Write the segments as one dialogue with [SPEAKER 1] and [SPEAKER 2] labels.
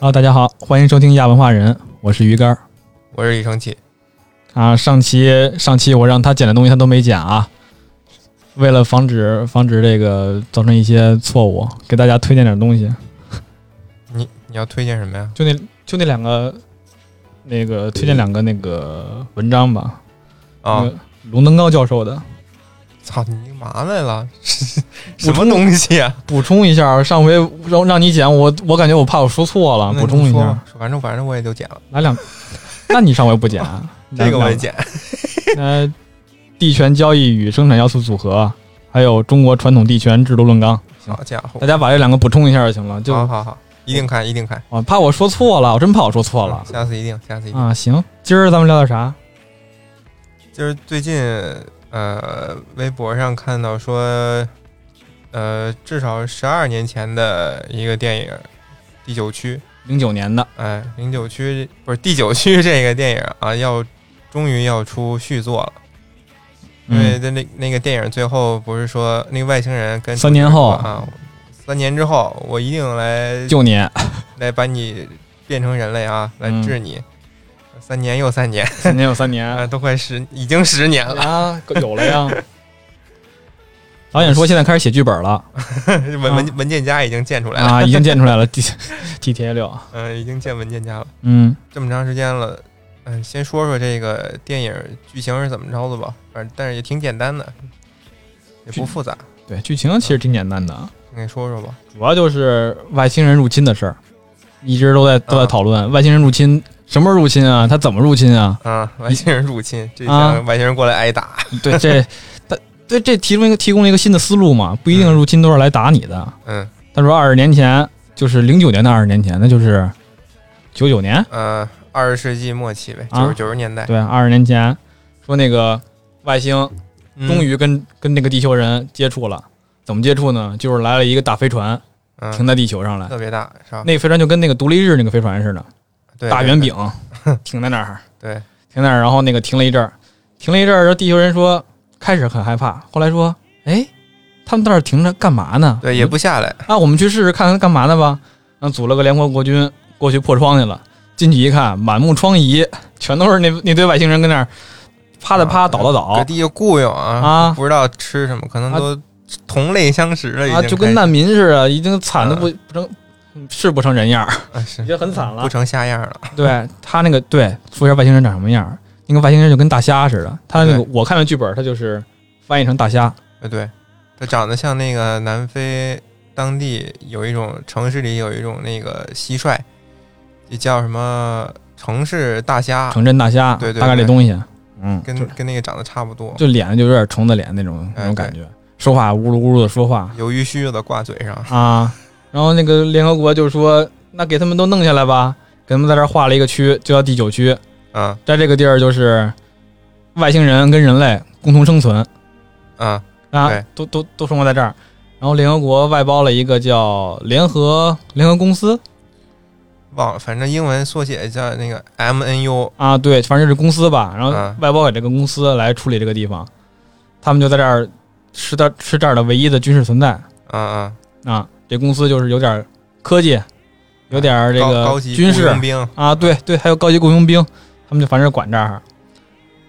[SPEAKER 1] 啊，大家好，欢迎收听亚文化人，我是鱼竿儿
[SPEAKER 2] 我是李成器，
[SPEAKER 1] 啊。上期上期我让他剪的东西他都没剪啊，为了防止防止这个造成一些错误，给大家推荐点东西，
[SPEAKER 2] 你你要推荐什么呀？
[SPEAKER 1] 就那就那两个那个推荐两个那个文章吧，
[SPEAKER 2] 啊
[SPEAKER 1] 那，个卢登高教授的。
[SPEAKER 2] 操你嘛来 了？什么东西啊？
[SPEAKER 1] 补充一下，上回让让你剪，我我感觉我怕我说错了，
[SPEAKER 2] 那
[SPEAKER 1] 补
[SPEAKER 2] 你
[SPEAKER 1] 充一
[SPEAKER 2] 说
[SPEAKER 1] 下
[SPEAKER 2] 吧，，说反正反正我也就剪了，
[SPEAKER 1] 来两，那你上回不剪，啊
[SPEAKER 2] 这个我也
[SPEAKER 1] 剪。
[SPEAKER 2] 剪。
[SPEAKER 1] 那地权交易与生产要素组合，还有中国传统地权制度论纲，行
[SPEAKER 2] 好家伙
[SPEAKER 1] 大，家把这两个补充一下就行了。就
[SPEAKER 2] 好好好，一定看一定看，
[SPEAKER 1] 我怕我说错了，我真怕我说错了
[SPEAKER 2] 下次一定下次一定。
[SPEAKER 1] 啊。行，今儿咱们聊点啥？
[SPEAKER 2] 就是最近呃，微博上看到说，呃，至少十二年前的一个电影《第九区》，
[SPEAKER 1] 零九年的
[SPEAKER 2] 哎，《零九区》不是《第九区》这个电影啊，要终于要出续作了。因为
[SPEAKER 1] 嗯，
[SPEAKER 2] 在那那个电影最后不是说那个外星人跟
[SPEAKER 1] 三年后
[SPEAKER 2] 啊，三年之后我一定来
[SPEAKER 1] 旧年
[SPEAKER 2] 来把你变成人类啊，来
[SPEAKER 1] 嗯
[SPEAKER 2] 治你。三年又三年，
[SPEAKER 1] 三年有三
[SPEAKER 2] 啊，
[SPEAKER 1] 年
[SPEAKER 2] 都快十，已经十年 了。
[SPEAKER 1] 啊，有了呀。导演说现在开始写剧本了嗯
[SPEAKER 2] 文文文件夹已经建出来了，
[SPEAKER 1] 啊，已经建出来了 G G T A 六，
[SPEAKER 2] 嗯、已经建文件夹了，
[SPEAKER 1] 嗯
[SPEAKER 2] 这么长时间了。嗯，先说说这个电影剧情是怎么着的吧，反正但是也挺简单的，也不复杂。
[SPEAKER 1] 对，剧情其实挺简单的，
[SPEAKER 2] 你给说说吧。
[SPEAKER 1] 主要就是外星人入侵的事儿，一直都在
[SPEAKER 2] 啊
[SPEAKER 1] 都在讨论、外星人入侵什么时候入侵啊，他怎么入侵啊？
[SPEAKER 2] 啊，外星人入侵，这
[SPEAKER 1] 啊
[SPEAKER 2] 下外星人过来挨打。
[SPEAKER 1] 对，这 他对这提供一个提供了一个新的思路嘛，不一定入侵都是来打你的。
[SPEAKER 2] 嗯，
[SPEAKER 1] 他说二十年前就是零九年的二十年前，那就是九九年，
[SPEAKER 2] 呃，二十世纪末期呗，
[SPEAKER 1] 啊
[SPEAKER 2] 九十九十年代，
[SPEAKER 1] 对，二十年前说那个外星
[SPEAKER 2] 嗯
[SPEAKER 1] 终于跟、跟那个地球人接触了，怎么接触呢？就是来了一个大飞船
[SPEAKER 2] 嗯
[SPEAKER 1] 停在地球上来，
[SPEAKER 2] 特别大，是吧？
[SPEAKER 1] 那个飞船就跟那个独立日那个飞船似的，
[SPEAKER 2] 对
[SPEAKER 1] 大圆饼 停在那儿。
[SPEAKER 2] 对，
[SPEAKER 1] 停那儿，然后那个停了一阵儿，停了一阵儿，然后地球人说开始很害怕，后来说，哎，他们在那儿停着干嘛呢？
[SPEAKER 2] 对，也不下来，
[SPEAKER 1] 啊，我们去试试看看干嘛呢吧。然后组了个联合国军过去破窗去了，进去一看，满目疮痍，全都是那那堆外星人跟那儿趴的趴，
[SPEAKER 2] 啊
[SPEAKER 1] 倒的倒，
[SPEAKER 2] 各地又雇佣啊
[SPEAKER 1] 啊，
[SPEAKER 2] 不知道吃什么，可能
[SPEAKER 1] 啊
[SPEAKER 2] 都同类相食了，已
[SPEAKER 1] 啊，
[SPEAKER 2] 经
[SPEAKER 1] 就跟
[SPEAKER 2] 开
[SPEAKER 1] 难民似的，已经惨的不不成，是不成人样儿，
[SPEAKER 2] 始啊是
[SPEAKER 1] 已经很惨
[SPEAKER 2] 不
[SPEAKER 1] 了。
[SPEAKER 2] 成下样了，
[SPEAKER 1] 对他那个，对，说一下外星人长什么样儿，那个外星人就跟大虾似的，他那个
[SPEAKER 2] 对
[SPEAKER 1] 我看的剧本，他就是翻译成大虾。
[SPEAKER 2] 对对，它长得像那个南非当地有一种城市里有一种那个蟋蟀，也叫什么城市大虾，
[SPEAKER 1] 城镇大虾，
[SPEAKER 2] 对对
[SPEAKER 1] 大概这
[SPEAKER 2] 对
[SPEAKER 1] 东西，嗯，
[SPEAKER 2] 跟
[SPEAKER 1] 就
[SPEAKER 2] 跟那个长得差不多，
[SPEAKER 1] 就脸就有点虫子脸那种那
[SPEAKER 2] 哎
[SPEAKER 1] 种感觉，说话呜噜呜噜的说话
[SPEAKER 2] 鱿鱼须子挂嘴上，
[SPEAKER 1] 啊。然后那个联合国就说，那给他们都弄下来吧，给他们在这儿划了一个区，就叫第九区，
[SPEAKER 2] 啊
[SPEAKER 1] 在这个地儿就是外星人跟人类共同生存
[SPEAKER 2] 啊
[SPEAKER 1] 啊
[SPEAKER 2] 对，
[SPEAKER 1] 都都都生活在这儿。然后联合国外包了一个叫联合联合公司
[SPEAKER 2] 忘了，反正英文缩写叫那个 M N U
[SPEAKER 1] 啊，对，反正就是公司吧，然后
[SPEAKER 2] 嗯
[SPEAKER 1] 外包给这个公司来处理这个地方，他们就在这儿是的是这儿的唯一的军事存在。
[SPEAKER 2] 啊啊，
[SPEAKER 1] 啊，这公司就是有点儿科技，有点儿这
[SPEAKER 2] 哎高
[SPEAKER 1] 个
[SPEAKER 2] 高级
[SPEAKER 1] 军
[SPEAKER 2] 雇
[SPEAKER 1] 事
[SPEAKER 2] 佣兵，
[SPEAKER 1] 啊，对对，还有高级雇佣兵，他们就反正管这儿。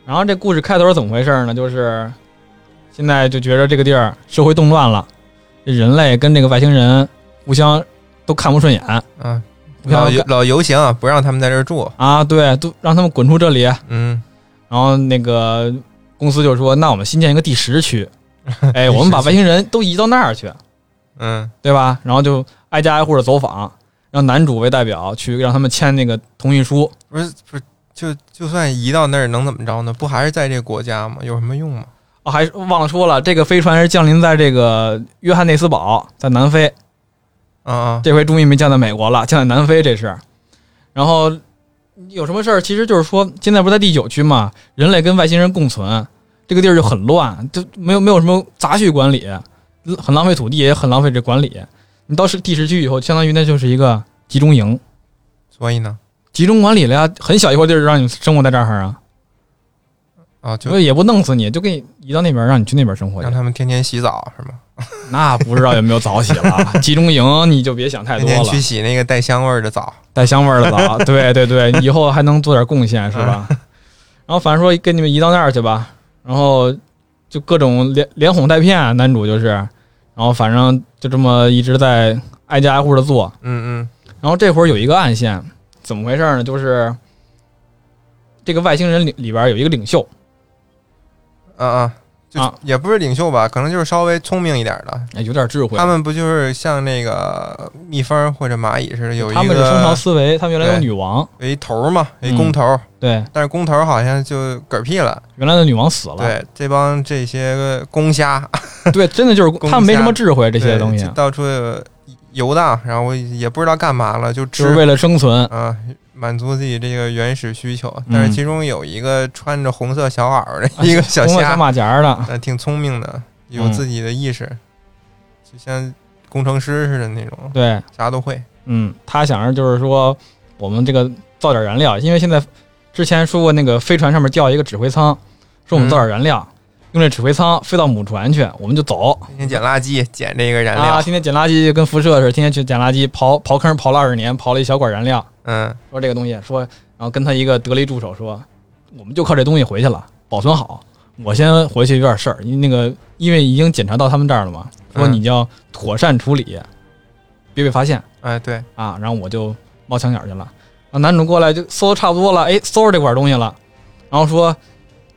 [SPEAKER 1] 然后这故事开头是怎么回事呢？就是现在就觉着这个地儿社会动乱了，这人类跟这个外星人互相都看不顺眼，
[SPEAKER 2] 啊，
[SPEAKER 1] 互相
[SPEAKER 2] 老游
[SPEAKER 1] 干
[SPEAKER 2] 老游行啊，不让他们在这儿住，
[SPEAKER 1] 啊，对，都让他们滚出这里。
[SPEAKER 2] 嗯，
[SPEAKER 1] 然后那个公司就说，那我们新建一个第十区，哎，我们把外星人都移到那儿去。
[SPEAKER 2] 嗯
[SPEAKER 1] 对吧？然后就挨家挨户的走访，让男主为代表去让他们签那个同意书。
[SPEAKER 2] 不是不是，就就算移到那儿能怎么着呢？不还是在这个国家吗？有什么用吗？
[SPEAKER 1] 哦，还忘了说了，这个飞船是降临在这个约翰内斯堡，在南非。
[SPEAKER 2] 啊啊，
[SPEAKER 1] 这回终于没降在美国了，降在南非这是。然后有什么事儿？其实就是说，现在不是在第九区嘛，人类跟外星人共存，这个地儿就很乱，就没有没有什么杂序管理，很浪费土地，也很浪费这管理。你到是第十区以后，相当于那就是一个集中营，
[SPEAKER 2] 所以呢，
[SPEAKER 1] 集中管理了呀，很小一块地儿让你生活在这儿啊。
[SPEAKER 2] 啊，
[SPEAKER 1] 就
[SPEAKER 2] 就
[SPEAKER 1] 也不弄死你，就给你移到那边，让你去那边生活去
[SPEAKER 2] 让。他们天天洗澡是吗？
[SPEAKER 1] 那不知道有没有早起了，集中营你就别想太
[SPEAKER 2] 天
[SPEAKER 1] 多
[SPEAKER 2] 天
[SPEAKER 1] 了
[SPEAKER 2] 去洗那个带香味儿的澡，
[SPEAKER 1] 带香味儿的 了。啊对对对，以后还能做点贡献是吧？
[SPEAKER 2] 啊
[SPEAKER 1] 然后反正说跟你们移到那儿去吧，然后就各种连连哄带骗，啊男主就是，然后反正就这么一直在挨家挨户的做。
[SPEAKER 2] 嗯
[SPEAKER 1] 然后这会儿有一个暗线，怎么回事呢？就是这个外星人里里边有一个领袖，
[SPEAKER 2] 嗯啊啊，
[SPEAKER 1] 啊
[SPEAKER 2] 就也不是领袖吧，可能就是稍微聪明一点的。
[SPEAKER 1] 哎，有点智慧。
[SPEAKER 2] 他们不就是像那个蜜蜂或者蚂蚁似的，有一
[SPEAKER 1] 他们是蜂巢
[SPEAKER 2] 个
[SPEAKER 1] 思维，他们原来有
[SPEAKER 2] 对
[SPEAKER 1] 女王，
[SPEAKER 2] 有一哎头嘛，有一
[SPEAKER 1] 嗯
[SPEAKER 2] 公头，
[SPEAKER 1] 对，
[SPEAKER 2] 但是公头好像就嗝屁了。
[SPEAKER 1] 原来的女王死了，
[SPEAKER 2] 对，这帮这些公虾，
[SPEAKER 1] 对，真的 就是
[SPEAKER 2] 公
[SPEAKER 1] 他们没
[SPEAKER 2] 家
[SPEAKER 1] 什么智慧这
[SPEAKER 2] 对
[SPEAKER 1] 些东西啊
[SPEAKER 2] 就，到处游荡，然后也不知道干嘛了，就
[SPEAKER 1] 就是
[SPEAKER 2] 吃
[SPEAKER 1] 为了嗯生存。
[SPEAKER 2] 啊，满足自己这个原始需求。但是其中有一个穿着红色小袄的一个小
[SPEAKER 1] 啊红了
[SPEAKER 2] 虾
[SPEAKER 1] 小，马甲的，
[SPEAKER 2] 呃，挺聪明的，有
[SPEAKER 1] 嗯
[SPEAKER 2] 自己的意识，就像工程师似的那种，
[SPEAKER 1] 对，
[SPEAKER 2] 啥都会。
[SPEAKER 1] 嗯，他想着就是说，我们这个造点燃料，因为现在之前说过那个飞船上面掉一个指挥舱，说我们
[SPEAKER 2] 嗯
[SPEAKER 1] 造点燃料，用这指挥舱飞到母船去，我们就走。
[SPEAKER 2] 天天捡垃圾，捡这个燃料，
[SPEAKER 1] 啊，天天捡垃圾就跟辐射似的，天天去捡垃圾，刨刨坑刨了二十年，刨了一小管燃料，
[SPEAKER 2] 嗯
[SPEAKER 1] 说这个东西，说然后跟他一个德雷助手说，我们就靠这东西回去了，保存好。我先回去有点事儿，因为那个因为已经检查到他们这儿了嘛，说
[SPEAKER 2] 嗯
[SPEAKER 1] 你要妥善处理，别被发现。
[SPEAKER 2] 哎对，
[SPEAKER 1] 啊，然后我就冒墙角去了。啊，男主过来就搜的差不多了，哎，搜着这块东西了，然后说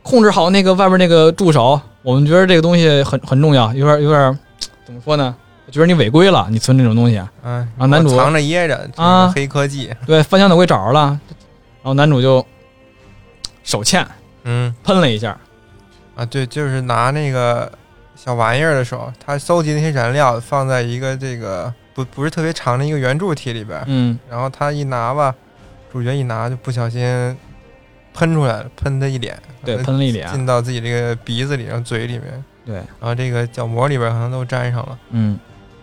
[SPEAKER 1] 控制好那个外边那个助手，我们觉得这个东西很很重要，有点有点怎么说呢？我觉得你违规了，你存这种东西，
[SPEAKER 2] 嗯、
[SPEAKER 1] 然后啊男主
[SPEAKER 2] 我藏着掖着，这
[SPEAKER 1] 啊
[SPEAKER 2] 个黑科技，
[SPEAKER 1] 对，翻箱倒柜找着了，然后男主就手欠
[SPEAKER 2] 嗯
[SPEAKER 1] 喷了一下，
[SPEAKER 2] 啊对，就是拿那个小玩意儿的时候，他搜集那些燃料放在一个这个不不是特别长的一个圆柱体里边，
[SPEAKER 1] 嗯，
[SPEAKER 2] 然后他一拿吧，主角一拿就不小心喷出来了，喷他一脸，
[SPEAKER 1] 对，
[SPEAKER 2] 呃
[SPEAKER 1] 喷了一脸，
[SPEAKER 2] 进到自己这个鼻子里，然后嘴里面，
[SPEAKER 1] 对，
[SPEAKER 2] 然后这个角膜里边可能都粘上了。
[SPEAKER 1] 嗯，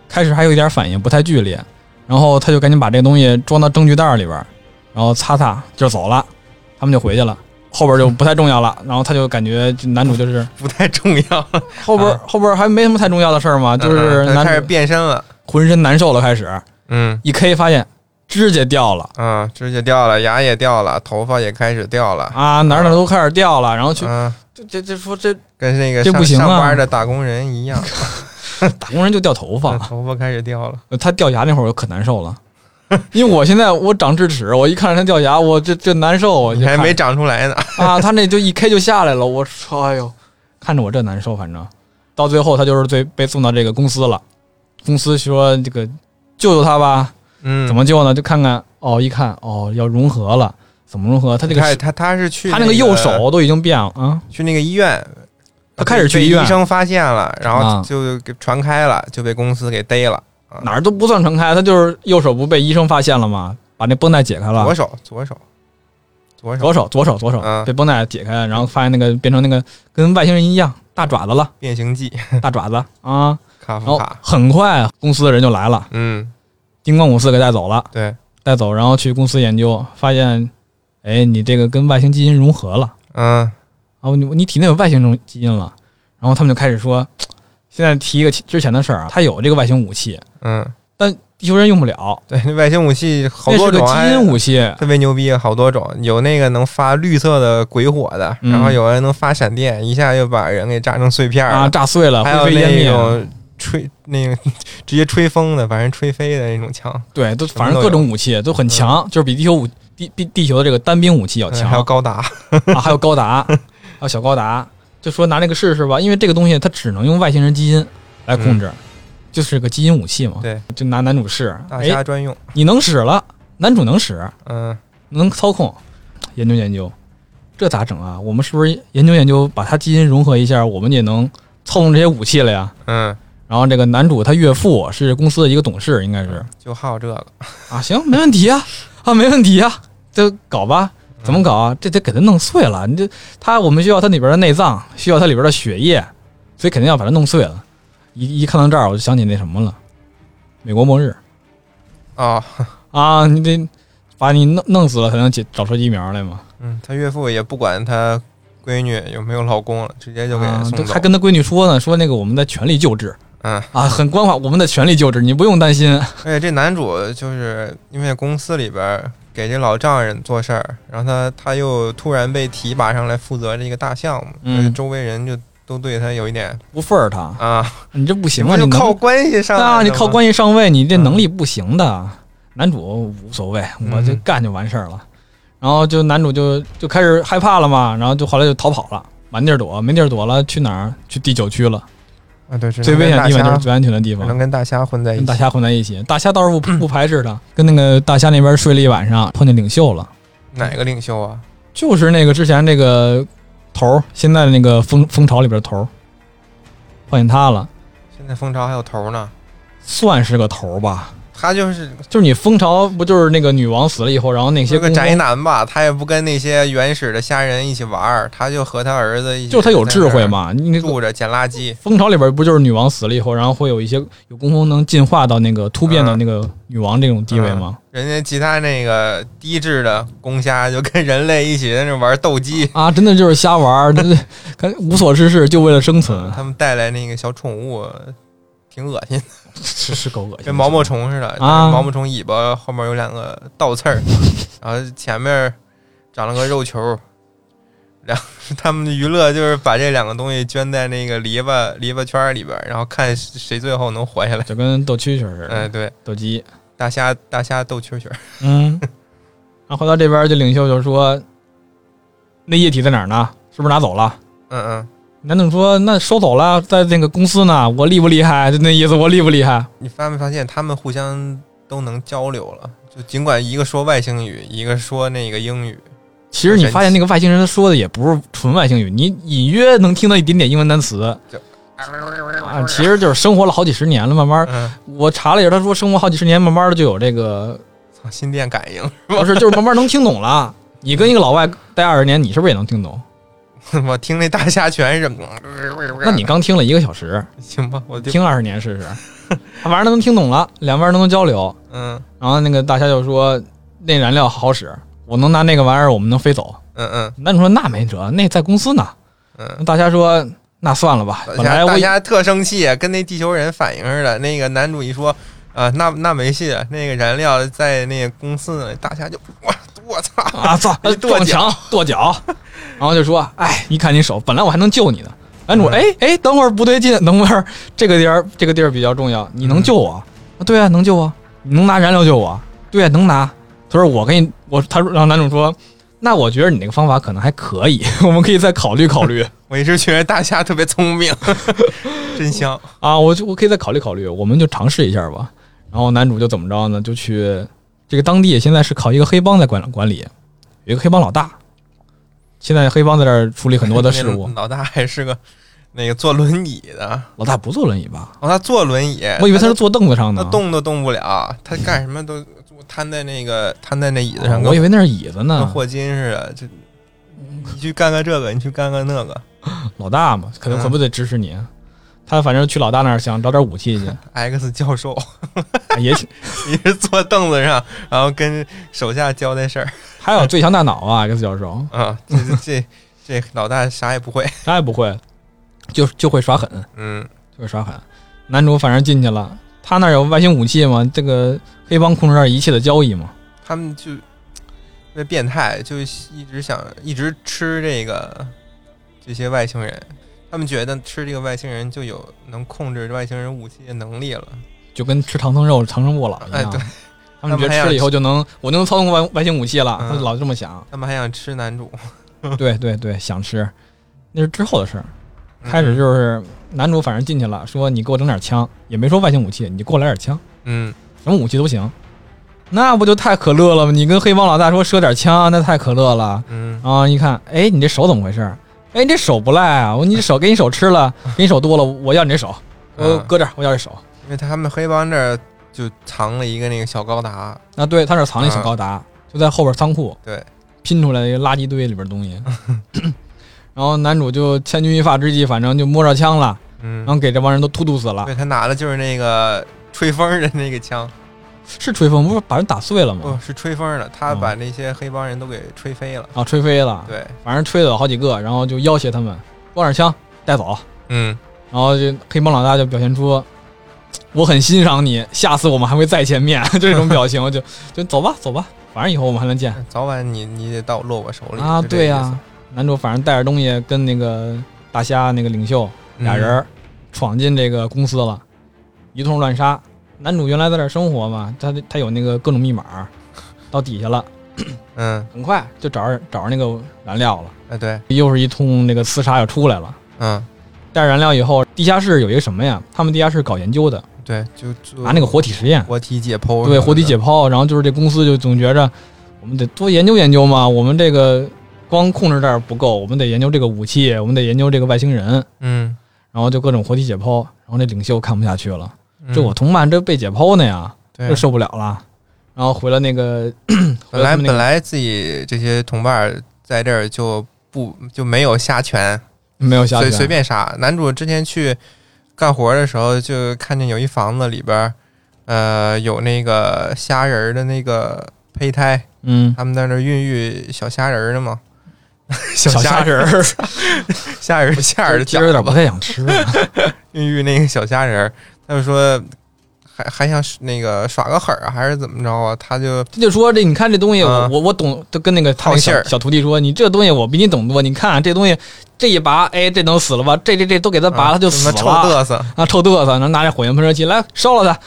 [SPEAKER 1] 开始还有一点反应，不太剧烈，然后他就赶紧把这个东西装到证据袋里边儿，然后擦擦就走了，他们就回去了，后边就不太重要了。然后他就感觉就男主就是
[SPEAKER 2] 不太重要，
[SPEAKER 1] 后边、后边还没什么太重要的事儿嘛，啊就是
[SPEAKER 2] 嗯他开始
[SPEAKER 1] 男主
[SPEAKER 2] 变身了，
[SPEAKER 1] 浑身难受了，开始
[SPEAKER 2] 嗯
[SPEAKER 1] 一 K 发现指甲掉了
[SPEAKER 2] 啊，指甲掉了，牙也掉了，头发也开始掉了，
[SPEAKER 1] 啊，哪儿哪儿都开始掉了，然后去、
[SPEAKER 2] 嗯，
[SPEAKER 1] 这这这说这
[SPEAKER 2] 跟那个
[SPEAKER 1] 这
[SPEAKER 2] 上
[SPEAKER 1] 不行啊
[SPEAKER 2] 上班的打工人一 样，
[SPEAKER 1] 打工人就掉头 发，
[SPEAKER 2] 头发开始掉了，
[SPEAKER 1] 他掉牙那会儿我可难 受了。因为我现在我长智齿，我一看着他掉牙，我这这难受，我就
[SPEAKER 2] 你还
[SPEAKER 1] 看
[SPEAKER 2] 没长出来呢，
[SPEAKER 1] 啊，他那就一 K 就下来了，我说哎呦，看着我这难受，反正到最后他就是最被送到这个公司了，公司说这个救救他吧，
[SPEAKER 2] 嗯，
[SPEAKER 1] 怎么救呢？就看看哦，一看哦要融合了，怎么融合？他这个
[SPEAKER 2] 他他他是去
[SPEAKER 1] 他那
[SPEAKER 2] 个
[SPEAKER 1] 个右手都已经变了啊，
[SPEAKER 2] 去那个医院，
[SPEAKER 1] 他开始去医院
[SPEAKER 2] 被医生发现了，然
[SPEAKER 1] 啊
[SPEAKER 2] 后就给传开了，就被公司给逮了。啊
[SPEAKER 1] 哪儿都不算盛开，他就是右手不被医生发现了吗？把那绷带解开了
[SPEAKER 2] 左，手，左手，左手，
[SPEAKER 1] 左手左手左手
[SPEAKER 2] 啊
[SPEAKER 1] 被绷带解开，然后发现那个变成那个跟外星人一样大爪子了，
[SPEAKER 2] 变形记，
[SPEAKER 1] 大爪子啊，
[SPEAKER 2] 卡
[SPEAKER 1] 然
[SPEAKER 2] 夫
[SPEAKER 1] 后
[SPEAKER 2] 卡。
[SPEAKER 1] 很快公司的人就来了，
[SPEAKER 2] 嗯，
[SPEAKER 1] 金光武士给带走了。
[SPEAKER 2] 对，
[SPEAKER 1] 带走，然后去公司研究，发现，哎，你这个跟外星基因融合了，
[SPEAKER 2] 嗯
[SPEAKER 1] 啊，你你体内有外星中基因了，然后他们就开始说，现在提一个之前的事儿啊，他有这个外星武器，
[SPEAKER 2] 嗯，
[SPEAKER 1] 但地球人用不了，
[SPEAKER 2] 对，那外星武器好
[SPEAKER 1] 那
[SPEAKER 2] 多
[SPEAKER 1] 是个
[SPEAKER 2] 种，
[SPEAKER 1] 基因武器
[SPEAKER 2] 哎，特别牛逼，好多种，有那个能发绿色的鬼火的，
[SPEAKER 1] 嗯
[SPEAKER 2] 然后有人能发闪电，一下就把人给炸成碎片
[SPEAKER 1] 啊，
[SPEAKER 2] 了，
[SPEAKER 1] 炸碎了，
[SPEAKER 2] 还有
[SPEAKER 1] 灰飞烟
[SPEAKER 2] 那
[SPEAKER 1] 灭，啊
[SPEAKER 2] 种吹那个直接吹风的，把人吹飞的那种枪，
[SPEAKER 1] 对，都
[SPEAKER 2] 什么
[SPEAKER 1] 反正
[SPEAKER 2] 都
[SPEAKER 1] 各种武器都很强，就是比地球武地地地球的这个单兵武器要
[SPEAKER 2] 嗯
[SPEAKER 1] 强，
[SPEAKER 2] 还有高达，
[SPEAKER 1] 啊，还有高达，还有小高达，就说拿那个试试吧，因为这个东西它只能用外星人基因来控制，就是个基因武器嘛。
[SPEAKER 2] 嗯对，
[SPEAKER 1] 就拿男主试，
[SPEAKER 2] 大
[SPEAKER 1] 哎，
[SPEAKER 2] 家专用，
[SPEAKER 1] 你能使了，男主能使，
[SPEAKER 2] 嗯
[SPEAKER 1] 能操控，研究研究，这咋整啊？我们是不是研究研究，把它基因融合一下，我们也能操纵这些武器了呀？
[SPEAKER 2] 嗯，
[SPEAKER 1] 然后这个男主他岳父是公司的一个董事，应该是
[SPEAKER 2] 嗯就好这个，
[SPEAKER 1] 啊，行，没问题啊，啊，没问题啊，就搞吧。怎么搞啊？这得给它弄碎了。你这它，我们需要它里边的内脏，需要它里边的血液，所以肯定要把它弄碎了。一一看到这儿，我就想起那什么了，美国末日
[SPEAKER 2] 啊？
[SPEAKER 1] 啊！你得把你弄弄死了，才能解找出疫苗来嘛。
[SPEAKER 2] 嗯，他岳父也不管他闺女有没有老公了，直接就给
[SPEAKER 1] 啊
[SPEAKER 2] 送
[SPEAKER 1] 都
[SPEAKER 2] 走。
[SPEAKER 1] 还跟他闺女说呢，说那个我们在全力救治，
[SPEAKER 2] 嗯，
[SPEAKER 1] 啊，很关怀我们的权利救治，你不用担心。
[SPEAKER 2] 而且这男主就是因为公司里边儿给这老丈人做事儿，然后他他又突然被提拔上来负责这个大项目，
[SPEAKER 1] 嗯
[SPEAKER 2] 就是周围人就都对他有一点
[SPEAKER 1] 不份儿他，
[SPEAKER 2] 啊，
[SPEAKER 1] 你这不行
[SPEAKER 2] 不
[SPEAKER 1] 啊！
[SPEAKER 2] 就
[SPEAKER 1] 你
[SPEAKER 2] 靠
[SPEAKER 1] 能
[SPEAKER 2] 关系上嗯
[SPEAKER 1] 啊，
[SPEAKER 2] 来
[SPEAKER 1] 你
[SPEAKER 2] 的
[SPEAKER 1] 靠
[SPEAKER 2] 吗
[SPEAKER 1] 关系上位，你这能力不行的。男主无所谓，我就
[SPEAKER 2] 嗯
[SPEAKER 1] 干就完事儿了。然后就男主就就开始害怕了嘛，然后就后来就逃跑了，满地儿躲，没地儿躲了，去哪儿？去第九区了，
[SPEAKER 2] 啊，对，只
[SPEAKER 1] 最
[SPEAKER 2] 能
[SPEAKER 1] 危险
[SPEAKER 2] 跟大
[SPEAKER 1] 地方
[SPEAKER 2] 虾
[SPEAKER 1] 就是最安全的地
[SPEAKER 2] 只
[SPEAKER 1] 方
[SPEAKER 2] 能。跟大虾混在一
[SPEAKER 1] 跟大
[SPEAKER 2] 起。
[SPEAKER 1] 虾混在一起，大虾倒是
[SPEAKER 2] 嗯
[SPEAKER 1] 不不排斥他，跟那个大虾那边睡了一晚上，碰见领袖了，
[SPEAKER 2] 哪个领袖啊？
[SPEAKER 1] 就是那个之前那个头儿，现在的那个蜂蜂巢里边的头儿，碰见他了，
[SPEAKER 2] 现在蜂巢还有头呢，
[SPEAKER 1] 算是个头儿吧。
[SPEAKER 2] 他就是
[SPEAKER 1] 就是你蜂巢不就是那个女王死了以后，然后那些
[SPEAKER 2] 是个
[SPEAKER 1] 工
[SPEAKER 2] 宅
[SPEAKER 1] 蜂，
[SPEAKER 2] 男吧，他也不跟那些原始的虾人一起玩儿，他就和他儿子一起，
[SPEAKER 1] 就是他有智慧，嘛。你那个
[SPEAKER 2] 住着捡垃圾。
[SPEAKER 1] 蜂巢里边不就是女王死了以后，然后会有一些有工蜂能进化到那个突变的
[SPEAKER 2] 嗯
[SPEAKER 1] 那个女王这种地位吗？
[SPEAKER 2] 人家其他那个低智的公虾就跟人类一起在那玩斗鸡，
[SPEAKER 1] 啊，真的就是瞎玩儿，真的 看无所事事，就为了生存，
[SPEAKER 2] 他们带来那个小宠物，挺恶心的，
[SPEAKER 1] 是是够恶心的。
[SPEAKER 2] 跟毛毛虫似的。
[SPEAKER 1] 啊
[SPEAKER 2] 毛毛虫尾巴后面有两个倒 刺儿，然后前面长了个肉球。然后 他们的娱乐就是把这两个东西圈在那个篱笆篱笆圈儿里边儿，然后看谁最后能活下来。
[SPEAKER 1] 就跟斗蛐蛐似
[SPEAKER 2] 哎，
[SPEAKER 1] 的，
[SPEAKER 2] 对，
[SPEAKER 1] 斗鸡。
[SPEAKER 2] 大虾大虾斗蛐蛐儿，
[SPEAKER 1] 嗯，然后回到这边，这领袖就说：“那液体在哪儿呢？是不是拿走了
[SPEAKER 2] 嗯嗯，？”
[SPEAKER 1] 男总说：“那收走了，在那个公司呢。我厉不厉害？就那意思，我厉不厉害
[SPEAKER 2] 你发没发现他们互相都能交流了？就尽管一个说外星语，一个说那个英语，？”
[SPEAKER 1] 其实你发现那个外星人他说的也不是纯外星语，你隐约能听到一点点英文单词
[SPEAKER 2] 就。
[SPEAKER 1] 啊，其实就是生活了好几十年了，慢慢
[SPEAKER 2] 嗯，
[SPEAKER 1] 我查了一下，他说生活好几十年，慢慢的就有这 个，
[SPEAKER 2] 操，心电感应，
[SPEAKER 1] 不是就是慢慢能听懂了。你跟一个老外待二十年，你是不是也能听懂？
[SPEAKER 2] 我听那大虾拳什么，
[SPEAKER 1] 那你刚听了一个小时，
[SPEAKER 2] 行吧，我就
[SPEAKER 1] 听二十年试试， 他反正都能听懂了，两边都能交流。
[SPEAKER 2] 嗯
[SPEAKER 1] 然后那个大虾就说：“那燃料好使，我能拿那个玩意儿，我们能飞走。
[SPEAKER 2] 嗯嗯”
[SPEAKER 1] 男主说：“那没辙，那在公司呢。”
[SPEAKER 2] 嗯。
[SPEAKER 1] 大虾说：“那算了吧，
[SPEAKER 2] 大
[SPEAKER 1] 本来
[SPEAKER 2] 虾
[SPEAKER 1] 我
[SPEAKER 2] 大
[SPEAKER 1] 以
[SPEAKER 2] 虾特生气，啊跟那地球人反应似的。那个男主一说，啊、那那没戏，那个燃料在那个公司呢。大虾就我我操，
[SPEAKER 1] 啊操
[SPEAKER 2] 一跺
[SPEAKER 1] 撞墙跺脚，然后就说：‘哎，你看你手，本来我还能救你呢。’男主：‘
[SPEAKER 2] 嗯
[SPEAKER 1] 哎哎，等会儿不对劲，等会儿这个地儿这个地儿比较重要，你能救
[SPEAKER 2] 嗯
[SPEAKER 1] 我？’啊，对啊，能救啊，你能拿燃料救我？对啊，能拿。”他说：“我给你，我他说让男主说。”那我觉得你那个方法可能还可以， 我们可以再考虑考虑。
[SPEAKER 2] 我一直觉得大虾特别聪明， 真香。。
[SPEAKER 1] 啊，我就我可以再考虑考虑，我们就尝试一下吧。然后男主就怎么着呢？就去这个当地现在是靠一个黑帮在管管理，有一个黑帮老大，现在黑帮在这儿处理很多的事务
[SPEAKER 2] 老大还是个那个坐轮椅的，
[SPEAKER 1] 老大不坐轮椅吧？
[SPEAKER 2] 哦，他坐轮椅，
[SPEAKER 1] 我以为
[SPEAKER 2] 他
[SPEAKER 1] 他是
[SPEAKER 2] 都
[SPEAKER 1] 坐凳子上
[SPEAKER 2] 他
[SPEAKER 1] 呢，
[SPEAKER 2] 动都动不了，他干什么都瘫在那个瘫在那椅子
[SPEAKER 1] 啊
[SPEAKER 2] 上，
[SPEAKER 1] 我以嗯
[SPEAKER 2] 跟
[SPEAKER 1] 为那是椅子
[SPEAKER 2] 跟
[SPEAKER 1] 呢。
[SPEAKER 2] 霍金似的。这你去干干这个，你去干干那个
[SPEAKER 1] 老大嘛，可能
[SPEAKER 2] 嗯
[SPEAKER 1] 可不得支持你。啊他反正去老大那儿想找点武器去，
[SPEAKER 2] ，X 教授
[SPEAKER 1] 啊也挺
[SPEAKER 2] 一直坐凳子上，然后跟手下交代事儿
[SPEAKER 1] 还有最强大脑啊，X 教授
[SPEAKER 2] 啊。这 这这这老大啥也不会，
[SPEAKER 1] 啥也不会，就就会耍狠。
[SPEAKER 2] 嗯，
[SPEAKER 1] 就是耍狠。男主反正进去了，他那儿有外星武器嘛，这个黑帮控制着一切的交易嘛。
[SPEAKER 2] 他们就那变态，就一直想一直吃这个这些外星人。他们觉得吃这个外星人就有能控制外星人武器的能力了，
[SPEAKER 1] 就跟吃唐僧肉、长生不老一
[SPEAKER 2] 哎
[SPEAKER 1] 样，
[SPEAKER 2] 对
[SPEAKER 1] 他们觉得吃了以后就能，我就能操纵外外星武器了，
[SPEAKER 2] 嗯
[SPEAKER 1] 他就老这么 想。
[SPEAKER 2] 他们还想吃男主。嗯
[SPEAKER 1] 对对对，想吃，那是之后的事儿。
[SPEAKER 2] 嗯
[SPEAKER 1] 开始就是男主反正进去了，说你给我整点枪，也没说外星武器，你就给我来点枪，
[SPEAKER 2] 嗯，
[SPEAKER 1] 什么武器都行。那不就太可乐了吗？你跟黑帮老大说射点枪，那太可乐了。
[SPEAKER 2] 嗯，
[SPEAKER 1] 啊、一看，哎，你这手怎么回事儿？哎，你这手不赖啊！我你这手给你手吃 了，给你手多了，我要你这手，我
[SPEAKER 2] 嗯
[SPEAKER 1] 搁这儿，我要这手。
[SPEAKER 2] 因为他们黑帮这儿就藏了一个那个小高达，
[SPEAKER 1] 啊，对，他那儿藏了一小高达，就在后边仓库，
[SPEAKER 2] 嗯对，
[SPEAKER 1] 拼出来一个垃圾堆里边东 西。然后男主就千钧一发之际，反正就摸着枪了，
[SPEAKER 2] 嗯
[SPEAKER 1] 然，后给这帮人都突突死了。
[SPEAKER 2] 对他拿的就是那个吹风的那个枪，
[SPEAKER 1] 是吹风，不是把人打碎了
[SPEAKER 2] 不、
[SPEAKER 1] 吗？
[SPEAKER 2] 哦是吹风的，他
[SPEAKER 1] 嗯
[SPEAKER 2] 把那些黑帮人都给吹飞了。
[SPEAKER 1] 啊，吹飞了，
[SPEAKER 2] 对，
[SPEAKER 1] 反正吹了有好几个，然后就要挟他们，光点枪带走。
[SPEAKER 2] 嗯，
[SPEAKER 1] 然后这黑帮老大就表现出我很欣赏你，下次我们还会再见面 这种表情，就就走吧走吧，反正以后我们还能见
[SPEAKER 2] 早晚你你得到落我手里
[SPEAKER 1] 啊。
[SPEAKER 2] 就这
[SPEAKER 1] 对呀、
[SPEAKER 2] 意思
[SPEAKER 1] 男主反正带着东西跟那个大虾那个领袖
[SPEAKER 2] 嗯
[SPEAKER 1] 俩人儿闯进这个公司了，一通乱杀。男主原来在这儿生活嘛，他他有那个各种密码，到底下了，
[SPEAKER 2] 嗯
[SPEAKER 1] 很快就找着找着那个燃料了，
[SPEAKER 2] 嗯哎对
[SPEAKER 1] 又是一通那个厮杀又出来了。
[SPEAKER 2] 嗯
[SPEAKER 1] 带着燃料以后，地下室有一个什么呀？他们地下室搞研究的，
[SPEAKER 2] 对就就
[SPEAKER 1] 拿那个活体实验，
[SPEAKER 2] 活体解剖
[SPEAKER 1] 对
[SPEAKER 2] 什么
[SPEAKER 1] 活体
[SPEAKER 2] 的
[SPEAKER 1] 解剖。然后就是这公司就总觉着，我们得多研究研究嘛，我们这个光控制这儿不够，我们得研究这个武器，我们得研究这个外星人，
[SPEAKER 2] 嗯
[SPEAKER 1] 然后就各种活体解剖。然后那领袖看不下去了，
[SPEAKER 2] 嗯
[SPEAKER 1] 这我同伴这被解剖呢呀，
[SPEAKER 2] 对
[SPEAKER 1] 这受不了了。然后回了那个， 回
[SPEAKER 2] 本
[SPEAKER 1] 了
[SPEAKER 2] 来
[SPEAKER 1] 他们那个
[SPEAKER 2] 本来自己这些同伴儿在这儿就不就没有下权，
[SPEAKER 1] 没有下
[SPEAKER 2] 随
[SPEAKER 1] 去，
[SPEAKER 2] 随便杀。男主之前去干活的时候，就看见有一房子里边儿，呃，有那个虾仁儿的那个胚胎，
[SPEAKER 1] 嗯，
[SPEAKER 2] 他们在那儿孕育小虾仁儿呢嘛。小
[SPEAKER 1] 小虾
[SPEAKER 2] 虾
[SPEAKER 1] 仁儿，
[SPEAKER 2] 虾仁儿馅儿的
[SPEAKER 1] 其实有
[SPEAKER 2] 饺
[SPEAKER 1] 点不
[SPEAKER 2] 子，
[SPEAKER 1] 太想吃了，
[SPEAKER 2] 孕育那个小虾仁儿。他就说还还想那个耍个狠儿啊还是怎么着啊？他就
[SPEAKER 1] 他就说这你看这东西我，
[SPEAKER 2] 啊
[SPEAKER 1] 我我懂，就跟那个他那个
[SPEAKER 2] 好
[SPEAKER 1] 小
[SPEAKER 2] 信儿
[SPEAKER 1] 小徒弟说，你这东西我比你懂多，你看这东西这一拔，哎，这能死了吧？这这这都给他拔了，
[SPEAKER 2] 啊
[SPEAKER 1] 就死
[SPEAKER 2] 他妈臭
[SPEAKER 1] 了。
[SPEAKER 2] 嘚瑟，
[SPEAKER 1] 啊，臭嘚瑟，能拿着火焰喷射器来烧了它。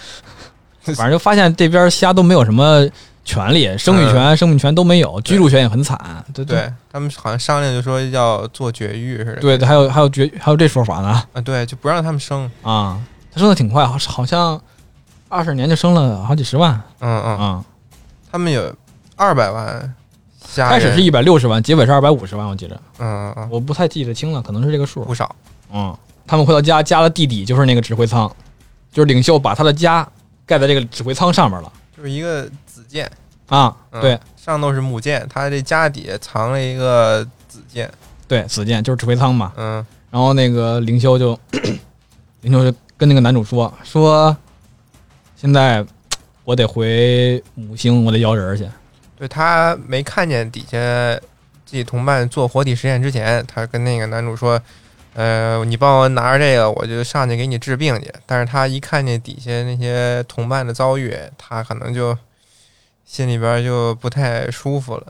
[SPEAKER 1] 反正就发现这边虾都没有什么权利，生育
[SPEAKER 2] 嗯
[SPEAKER 1] 权、生命权都没有，居住权也很惨。对
[SPEAKER 2] 对他们好像商量就说要做绝育似的。
[SPEAKER 1] 对，还有还有绝还有这说法呢
[SPEAKER 2] 啊，对，就不让他们生。
[SPEAKER 1] 啊！他生的挺快，好好像二十年就生了好几十万
[SPEAKER 2] 嗯嗯，
[SPEAKER 1] 啊。
[SPEAKER 2] 他们有二百万虾
[SPEAKER 1] 开
[SPEAKER 2] 仁，
[SPEAKER 1] 始是一百六十万，结尾是二百五十万，我记着，
[SPEAKER 2] 嗯嗯
[SPEAKER 1] 我不太记得清了，可能是这个数
[SPEAKER 2] 嗯，。不少。
[SPEAKER 1] 嗯，他们回到家，家的地底就是那个指挥舱，就是领袖把他的家盖在这个指挥舱上面了
[SPEAKER 2] 就是一个子舰，
[SPEAKER 1] 啊。
[SPEAKER 2] 嗯、
[SPEAKER 1] 对，
[SPEAKER 2] 上头是母舰，它这家底下藏了一个子舰，
[SPEAKER 1] 对，子健就是指挥舱嘛。
[SPEAKER 2] 嗯
[SPEAKER 1] 然后那个领袖就， 领袖就跟那个男主说说，现在我得回母星，我得摇人儿去。
[SPEAKER 2] 对，他没看见底下自己同伴做活体实验之前，他跟那个男主说。呃，你帮我拿着这个，我就上去给你治病去。但是他一看见底下那些同伴的遭遇，他可能就心里边就不太舒服了，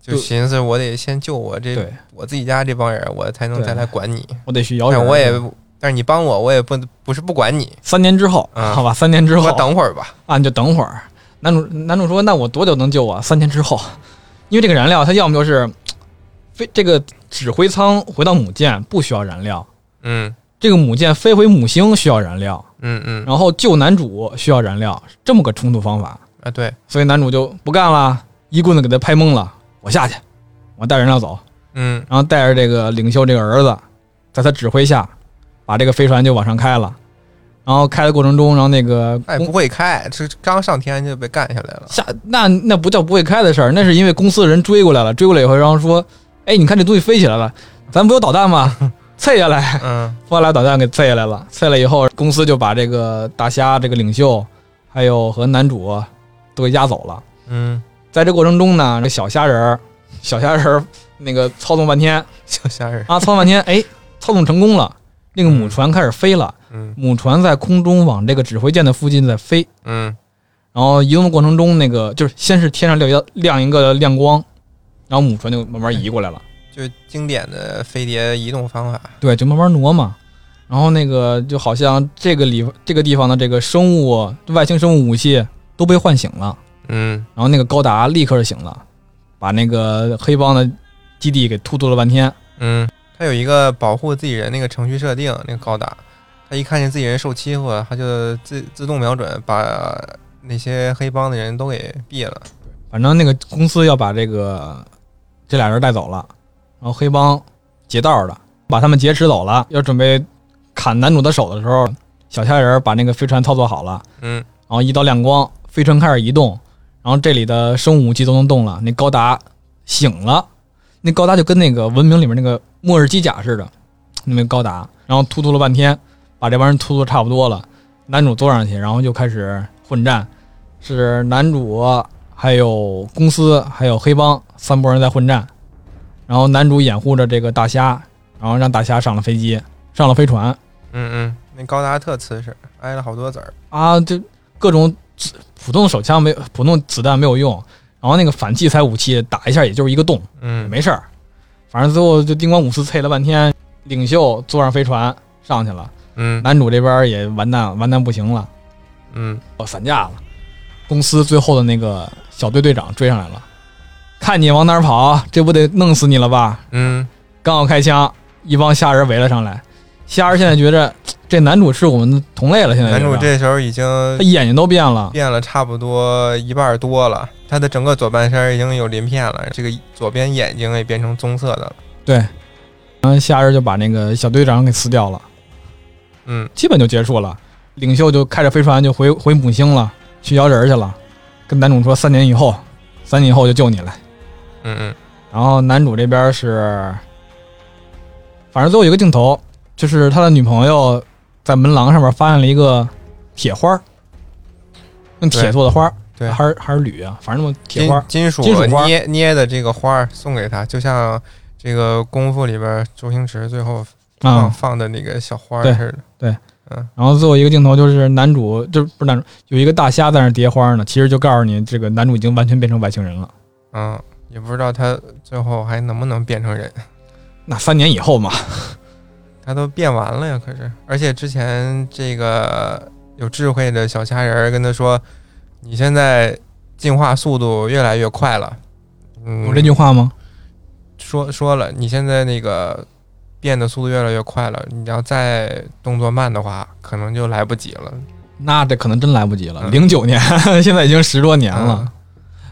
[SPEAKER 2] 就
[SPEAKER 1] 对
[SPEAKER 2] 寻思我得先救我这
[SPEAKER 1] 对
[SPEAKER 2] 我自己家这帮人，我才能
[SPEAKER 1] 对
[SPEAKER 2] 再来管你。
[SPEAKER 1] 我得去摇人儿去。
[SPEAKER 2] 但哎我也，但是你帮我，我也不不是不管你，
[SPEAKER 1] 三年之后，
[SPEAKER 2] 啊
[SPEAKER 1] 好吧，三年之后
[SPEAKER 2] 我等会儿吧。
[SPEAKER 1] 啊，你就等会儿。男主男主说：“那我多久能救啊？三天之后，因为这个燃料，它要么就是飞这个指挥舱回到母舰不需要燃料，
[SPEAKER 2] 嗯
[SPEAKER 1] 这个母舰飞回母星需要燃料，
[SPEAKER 2] 嗯嗯
[SPEAKER 1] 然后救男主需要燃料，这么个冲突方法。
[SPEAKER 2] 啊，对，
[SPEAKER 1] 所以男主就不干了，一棍子给他拍懵了，我下去，我带燃料走，
[SPEAKER 2] 嗯
[SPEAKER 1] 然后带着这个领袖这个儿子，在他指挥下，把这个飞船就往上开了。然后开的过程中，然后那个
[SPEAKER 2] 他也
[SPEAKER 1] 公
[SPEAKER 2] 不会开，这刚上天就被干下 来了。
[SPEAKER 1] 下那那不叫不会开的事儿，那是因为公司的人追过来了，追过来以后，然后说，哎，你看这东西飞起来了，咱不有导弹吗？ 碎下来，
[SPEAKER 2] 嗯
[SPEAKER 1] 波拉导弹给碎下来了，碎了以后，公司就把这个大虾、这个领袖，还有和男主都给押走了。
[SPEAKER 2] 嗯，
[SPEAKER 1] 在这过程中呢，这小虾仁儿，小虾仁儿那个操纵半天
[SPEAKER 2] 小虾仁，
[SPEAKER 1] 啊，操纵半天，哎，操纵成功了，那个母船开始飞了，
[SPEAKER 2] 嗯
[SPEAKER 1] 母船在空中往这个指挥舰的附近在飞，
[SPEAKER 2] 嗯
[SPEAKER 1] 然后移动的过程中，那个就是先是天上亮一亮一个亮光，然后母船就慢慢移过来了，
[SPEAKER 2] 就经典的飞碟移动方法。
[SPEAKER 1] 对，就慢慢挪嘛。然后那个就好像这个里这个地方的这个生物外星生物武器都被唤醒了，
[SPEAKER 2] 嗯
[SPEAKER 1] 然后那个高达立刻就醒了，把那个黑帮的基地给突突了半天。
[SPEAKER 2] 嗯，他有一个保护自己人那个程序设定，那个高达，他一看见自己人受欺负，他就自自动瞄准，把那些黑帮的人都给毙了。
[SPEAKER 1] 反正那个公司要把这个这俩人带走了，然后黑帮劫道的把他们劫持走了，要准备砍男主的手的时候，小虾仁儿把那个飞船操作好了，
[SPEAKER 2] 嗯
[SPEAKER 1] 然后一道亮光，飞船开始移动，然后这里的生物武器都能动了，那高达醒了，那高达就跟那个文明里面那个末日机甲似的，那个高达，然后突突了半天，把这帮人突突差不多了，男主坐上去，然后就开始混战，是男主还有公司还有黑帮三拨人在混战，然后男主掩护着这个大虾，然后让大虾上了飞机，上了飞船，
[SPEAKER 2] 嗯那高达特瓷实，挨了好多子儿。
[SPEAKER 1] 啊，这各种子普通手枪没有普通子弹没有用，然后那个反器材武器打一下也就是一个洞，
[SPEAKER 2] 嗯，
[SPEAKER 1] 没事儿。反正最后就叮咣五四啐了半天，领袖坐上飞船上去了，
[SPEAKER 2] 嗯
[SPEAKER 1] 男主这边也完蛋完蛋不行了，
[SPEAKER 2] 嗯，
[SPEAKER 1] 哦散架了。公司最后的那个小队队长追上来了，看你往哪儿跑，这不得弄死你了吧？
[SPEAKER 2] 嗯，
[SPEAKER 1] 刚要开枪，一帮虾人围了上来。虾人现在觉着这男主是我们的同类了，现在觉
[SPEAKER 2] 男
[SPEAKER 1] 着
[SPEAKER 2] 主这时候已经
[SPEAKER 1] 他眼睛都变了，
[SPEAKER 2] 变了差不多一半儿多了，他的整个左半身已经有鳞片了，这个左边眼睛也变成棕色的了。
[SPEAKER 1] 然后虾人就把那个小队长给撕掉了，
[SPEAKER 2] 嗯
[SPEAKER 1] 基本就结束了。领袖就开着飞船就回回母星了，去摇人儿去了，跟男主说三年以后，三年以后就救你了。
[SPEAKER 2] 嗯嗯
[SPEAKER 1] 然后男主这边是，反正最后有一个镜头，就是他的女朋友在门廊上面发现了一个铁花儿，用铁
[SPEAKER 2] 对
[SPEAKER 1] 做的花儿，
[SPEAKER 2] 对
[SPEAKER 1] 还是还是铝啊，反正那么铁
[SPEAKER 2] 金
[SPEAKER 1] 花儿。
[SPEAKER 2] 金属
[SPEAKER 1] 金属花
[SPEAKER 2] 捏捏的这个花儿送给他，就像这个功夫里边周星驰最后放、
[SPEAKER 1] 啊、
[SPEAKER 2] 放的那个小花儿
[SPEAKER 1] 对
[SPEAKER 2] 似的。
[SPEAKER 1] 然后最后一个镜头就是男主，就不是男主，有一个大虾在那叠花呢。其实就告诉你，这个男主已经完全变成外星人了。
[SPEAKER 2] 嗯，也不知道他最后还能不能变成人，
[SPEAKER 1] 那三年以后嘛，
[SPEAKER 2] 他都变完了呀。可是，而且之前这个有智慧的小虾人儿跟他说：“你现在进化速度越来越快了。”嗯，
[SPEAKER 1] 有这句话吗？
[SPEAKER 2] 说说了，你现在那个变的速度越来越快了，你要再动作慢的话，可能就来不及了。
[SPEAKER 1] 那这可能真来不及了。
[SPEAKER 2] 嗯
[SPEAKER 1] 零九年， 现在已经十多年了
[SPEAKER 2] 嗯。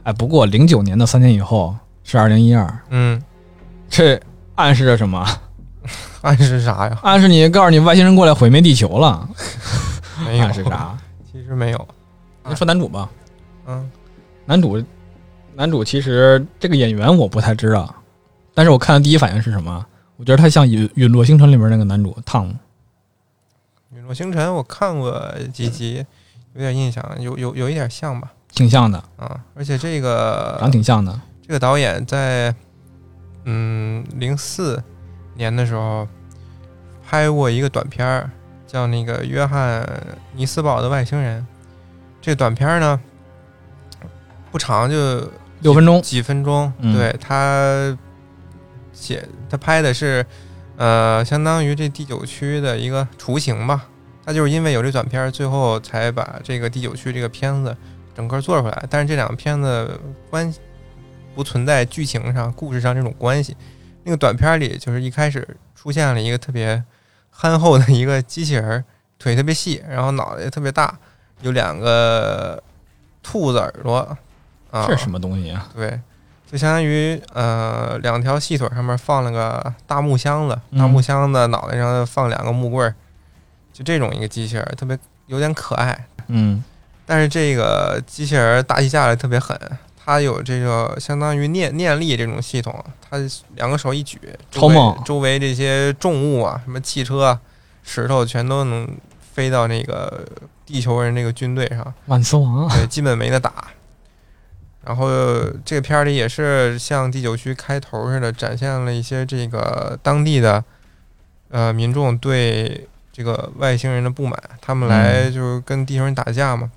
[SPEAKER 1] 哎，不过零九年的三年以后是二零一二，
[SPEAKER 2] 嗯，
[SPEAKER 1] 这暗示着什么？
[SPEAKER 2] 暗示啥呀？
[SPEAKER 1] 暗示你告诉你外星人过来毁灭地球了？
[SPEAKER 2] 没有
[SPEAKER 1] 暗示？ 啥？
[SPEAKER 2] 其实没有。
[SPEAKER 1] 那说男主吧，
[SPEAKER 2] 嗯
[SPEAKER 1] 男主，男主其实这个演员我不太知道，但是我看的第一反应是什么？我觉得他像《陨陨落星辰》里面那个男主汤姆。
[SPEAKER 2] 陨落星辰我看过几集，有点印象，有有有一点像吧。
[SPEAKER 1] 挺像的，
[SPEAKER 2] 啊，而且这
[SPEAKER 1] 长
[SPEAKER 2] 个
[SPEAKER 1] 挺像的。
[SPEAKER 2] 这个导演在嗯零四年的时候拍过一个短片儿，叫那个《约翰尼斯堡的外星人》。这短片儿呢不长，就
[SPEAKER 1] 六分钟，
[SPEAKER 2] 几分钟。
[SPEAKER 1] 嗯
[SPEAKER 2] 对他写他拍的是呃，相当于这第九区的一个雏形吧。他就是因为有这短片儿，最后才把这个第九区这个片子整个做出来。但是这两个片子关系不存在剧情上、故事上这种关系。那个短片儿里就是一开始出现了一个特别憨厚的一个机器人儿，腿特别细，然后脑袋特别大，有两个兔子耳朵。啊，
[SPEAKER 1] 这是什么东西啊？
[SPEAKER 2] 对，就相当于呃两条细腿上面放了个大木箱子，
[SPEAKER 1] 嗯
[SPEAKER 2] 大木箱子脑袋上放两个木棍儿，就这种一个机器人儿，特别有点可爱。
[SPEAKER 1] 嗯，
[SPEAKER 2] 但是这个机器人儿打起架来特别狠，它有这个相当于念念力这种系统，它两个手一举，周
[SPEAKER 1] 超
[SPEAKER 2] 围
[SPEAKER 1] 猛
[SPEAKER 2] 周围这些重物啊，什么汽车、啊、石头，全都能飞到那个地球人那个军队上。
[SPEAKER 1] 万磁王 啊，
[SPEAKER 2] 对，基本没得打。然后这个片儿里也是像第九区开头似的，展现了一些这个当地的呃民众对这个外星人的不满，他们来就是跟地球人打架嘛。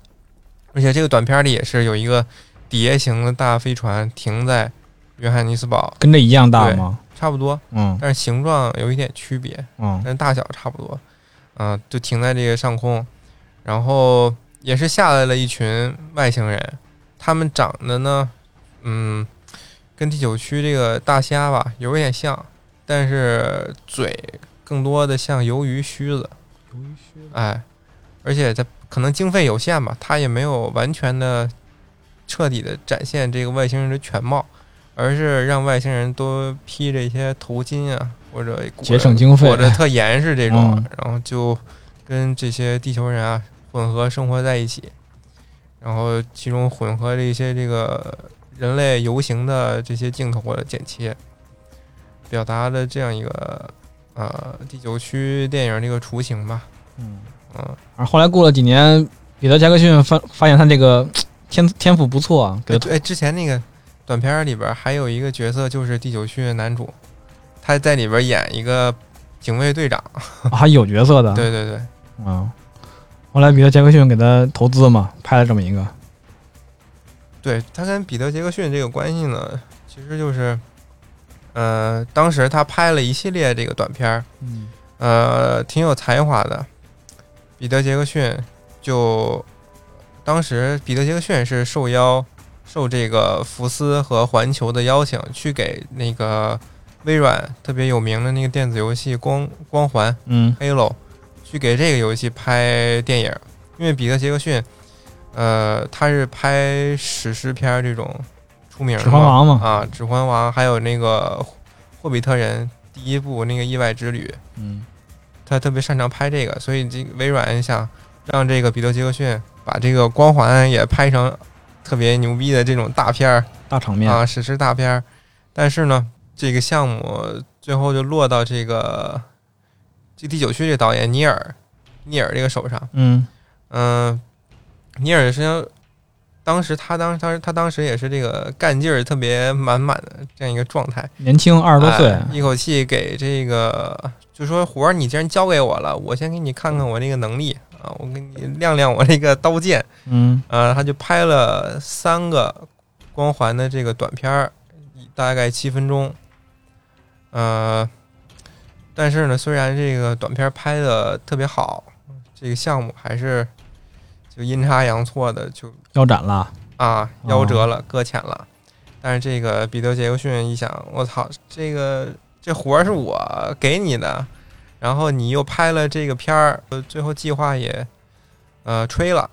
[SPEAKER 2] 而且这个短片儿里也是有一个蝶形的大飞船停在约翰尼斯堡，
[SPEAKER 1] 跟这一样大吗？
[SPEAKER 2] 差不多，
[SPEAKER 1] 嗯
[SPEAKER 2] 但是形状有一点区别。
[SPEAKER 1] 嗯
[SPEAKER 2] 但是大小差不多，啊、就停在这个上空，然后也是下来了一群外星人，他们长得呢，嗯，跟第九区这个大虾吧有点像，但是嘴更多的像鱿鱼须子，哎，而且它可能经费有限吧，它也没有完全的、彻底的展现这个外星人的全貌，而是让外星人多披着一些头巾啊，或者裹
[SPEAKER 1] 节
[SPEAKER 2] 着
[SPEAKER 1] 省经费
[SPEAKER 2] 裹着特严实这种，
[SPEAKER 1] 嗯
[SPEAKER 2] 然后就跟这些地球人啊混合生活在一起，然后其中混合着一些这个人类游行的这些镜头或者剪切，表达的这样一个呃第九区电影这个雏形吧，
[SPEAKER 1] 嗯。
[SPEAKER 2] 嗯。
[SPEAKER 1] 而后来过了几年，彼得·杰克逊发发现他这个天天赋不错啊，给
[SPEAKER 2] 哎
[SPEAKER 1] 他
[SPEAKER 2] 对，之前那个短片儿里边儿还有一个角色就是第九区的男主，他在里边儿演一个警卫队长。
[SPEAKER 1] 啊还有角色的。
[SPEAKER 2] 对对对，
[SPEAKER 1] 啊。后来彼得杰克逊给他投资嘛，拍了这么一个，
[SPEAKER 2] 对他跟彼得·杰克逊这个关系呢，其实就是，呃，当时他拍了一系列这个短片儿，
[SPEAKER 1] 嗯
[SPEAKER 2] 呃，挺有才华的。彼得·杰克逊就当时彼得·杰克逊是受邀受这个福斯和环球的邀请，去给那个微软特别有名的那个电子游戏光《光环》
[SPEAKER 1] 嗯
[SPEAKER 2] Halo 去给这个游戏拍电影，因为彼得·杰克逊，呃，他是拍史诗片儿这种出名的
[SPEAKER 1] 指环王嘛
[SPEAKER 2] 啊，《指环王》还有那个《霍比特人》第一部那个意外之旅，
[SPEAKER 1] 嗯，
[SPEAKER 2] 他特别擅长拍这个，所以这个微软想让这个彼得·杰克逊把这个《光环》也拍成特别牛逼的这种大片儿，
[SPEAKER 1] 大场面，
[SPEAKER 2] 啊，史诗大片儿。但是呢，这个项目最后就落到这个这第九区这个导演尼尔尼尔这个手上。
[SPEAKER 1] 嗯
[SPEAKER 2] 嗯、尼尔实际上当时他当时他他当时也是这个干劲儿特别满满的这样一个状态，
[SPEAKER 1] 年轻二十多岁，
[SPEAKER 2] 哎一口气给这个就说活儿你既然交给我了，我先给你看看我这个能力啊，我给你亮亮我这个刀剑。
[SPEAKER 1] 嗯
[SPEAKER 2] 呃，他就拍了三个光环的这个短片儿，大概七分钟。呃，但是呢，虽然这个短片拍的特别好，这个项目还是就阴差阳错的就
[SPEAKER 1] 腰斩了，
[SPEAKER 2] 啊
[SPEAKER 1] 哦
[SPEAKER 2] 夭折了、搁浅了。但是这个彼得·杰克逊一想，我操，这个这活儿是我给你的，然后你又拍了这个片儿，呃最后计划也呃吹了，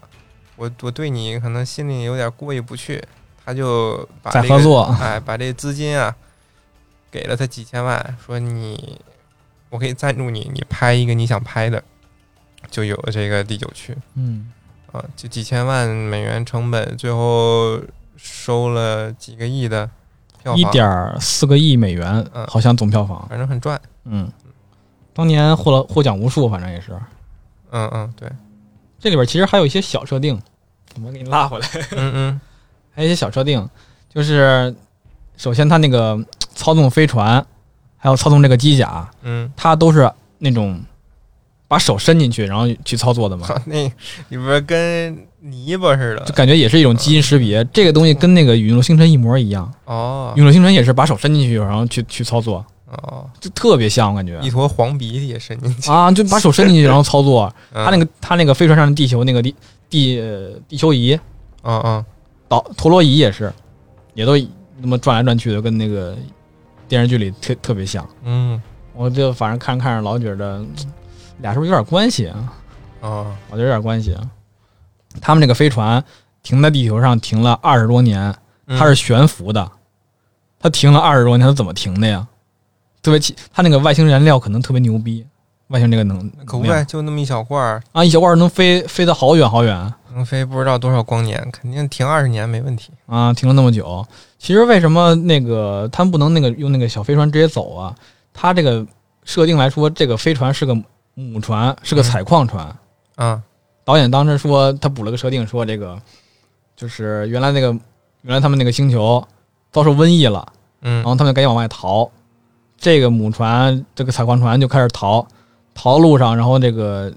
[SPEAKER 2] 我我对你可能心里有点过意不去，他就把、这
[SPEAKER 1] 再
[SPEAKER 2] 个、
[SPEAKER 1] 合作，
[SPEAKER 2] 哎，把这资金啊给了他几千万，说你我可以赞助你，你拍一个你想拍的，就有了这个第九区。
[SPEAKER 1] 嗯
[SPEAKER 2] 啊，就几千万美元成本，最后收了几个亿的票
[SPEAKER 1] 一
[SPEAKER 2] 房，
[SPEAKER 1] 点四个亿美元，
[SPEAKER 2] 嗯
[SPEAKER 1] 好像总票房，
[SPEAKER 2] 反正很赚。
[SPEAKER 1] 嗯，当年获了获奖无数，反正也是。
[SPEAKER 2] 嗯嗯， 对，
[SPEAKER 1] 这里边其实还有一些小设定，我给你拉回来，
[SPEAKER 2] 嗯嗯
[SPEAKER 1] 还有一些小设定，就是首先它那个呃操纵飞船，还有操纵这个机甲，
[SPEAKER 2] 嗯。
[SPEAKER 1] 它都是那种把手伸进去然后去操作的嘛，
[SPEAKER 2] 操，那里边跟泥巴似
[SPEAKER 1] 就
[SPEAKER 2] 的
[SPEAKER 1] 感觉也是一种基因识别。这个东西跟那个陨落星辰一模一样，
[SPEAKER 2] 哦
[SPEAKER 1] 陨落星辰也是把手伸进去然后去去操作，
[SPEAKER 2] 哦，
[SPEAKER 1] 就特别像，我感觉
[SPEAKER 2] 一坨黄鼻涕也嗯伸进去。
[SPEAKER 1] 啊，就把手伸进去然后操 作。
[SPEAKER 2] 他
[SPEAKER 1] 它那个它那个飞船上的地球那个地地呃地球仪
[SPEAKER 2] 嗯嗯
[SPEAKER 1] 导陀螺仪也是，也都那么转来转去的，跟那个电视剧里特特别像。
[SPEAKER 2] 嗯
[SPEAKER 1] 我就反正看着看着老觉得嗯俩是不是有点关系啊？
[SPEAKER 2] 哦
[SPEAKER 1] 我觉得有点关系啊。他们这个飞船停在地球上停了二十多年，
[SPEAKER 2] 嗯
[SPEAKER 1] 它是悬浮的，它停了二十多年，它怎么停的呀？特别奇，它那个外星燃料可能特别牛逼，外星这个能
[SPEAKER 2] 可不
[SPEAKER 1] 能量
[SPEAKER 2] 呗，就那么一小罐儿，
[SPEAKER 1] 啊，一小罐儿能飞飞得好远啊好远
[SPEAKER 2] 能飞不知道多少光年，肯定停二十年没问题。
[SPEAKER 1] 啊，停了那么久。其实为什么那个他们不能那个用那个小飞船直接走啊？它这个设定来说，这个飞船是个母船，是个
[SPEAKER 2] 嗯
[SPEAKER 1] 采矿船，
[SPEAKER 2] 啊
[SPEAKER 1] 导演当时说，他补了个设定，说这个就是原来那个原来他们那个星球遭受瘟疫了，
[SPEAKER 2] 嗯
[SPEAKER 1] 然后他们就赶紧往外逃。这个母船，这个采矿船就开始逃，逃路上，然后这个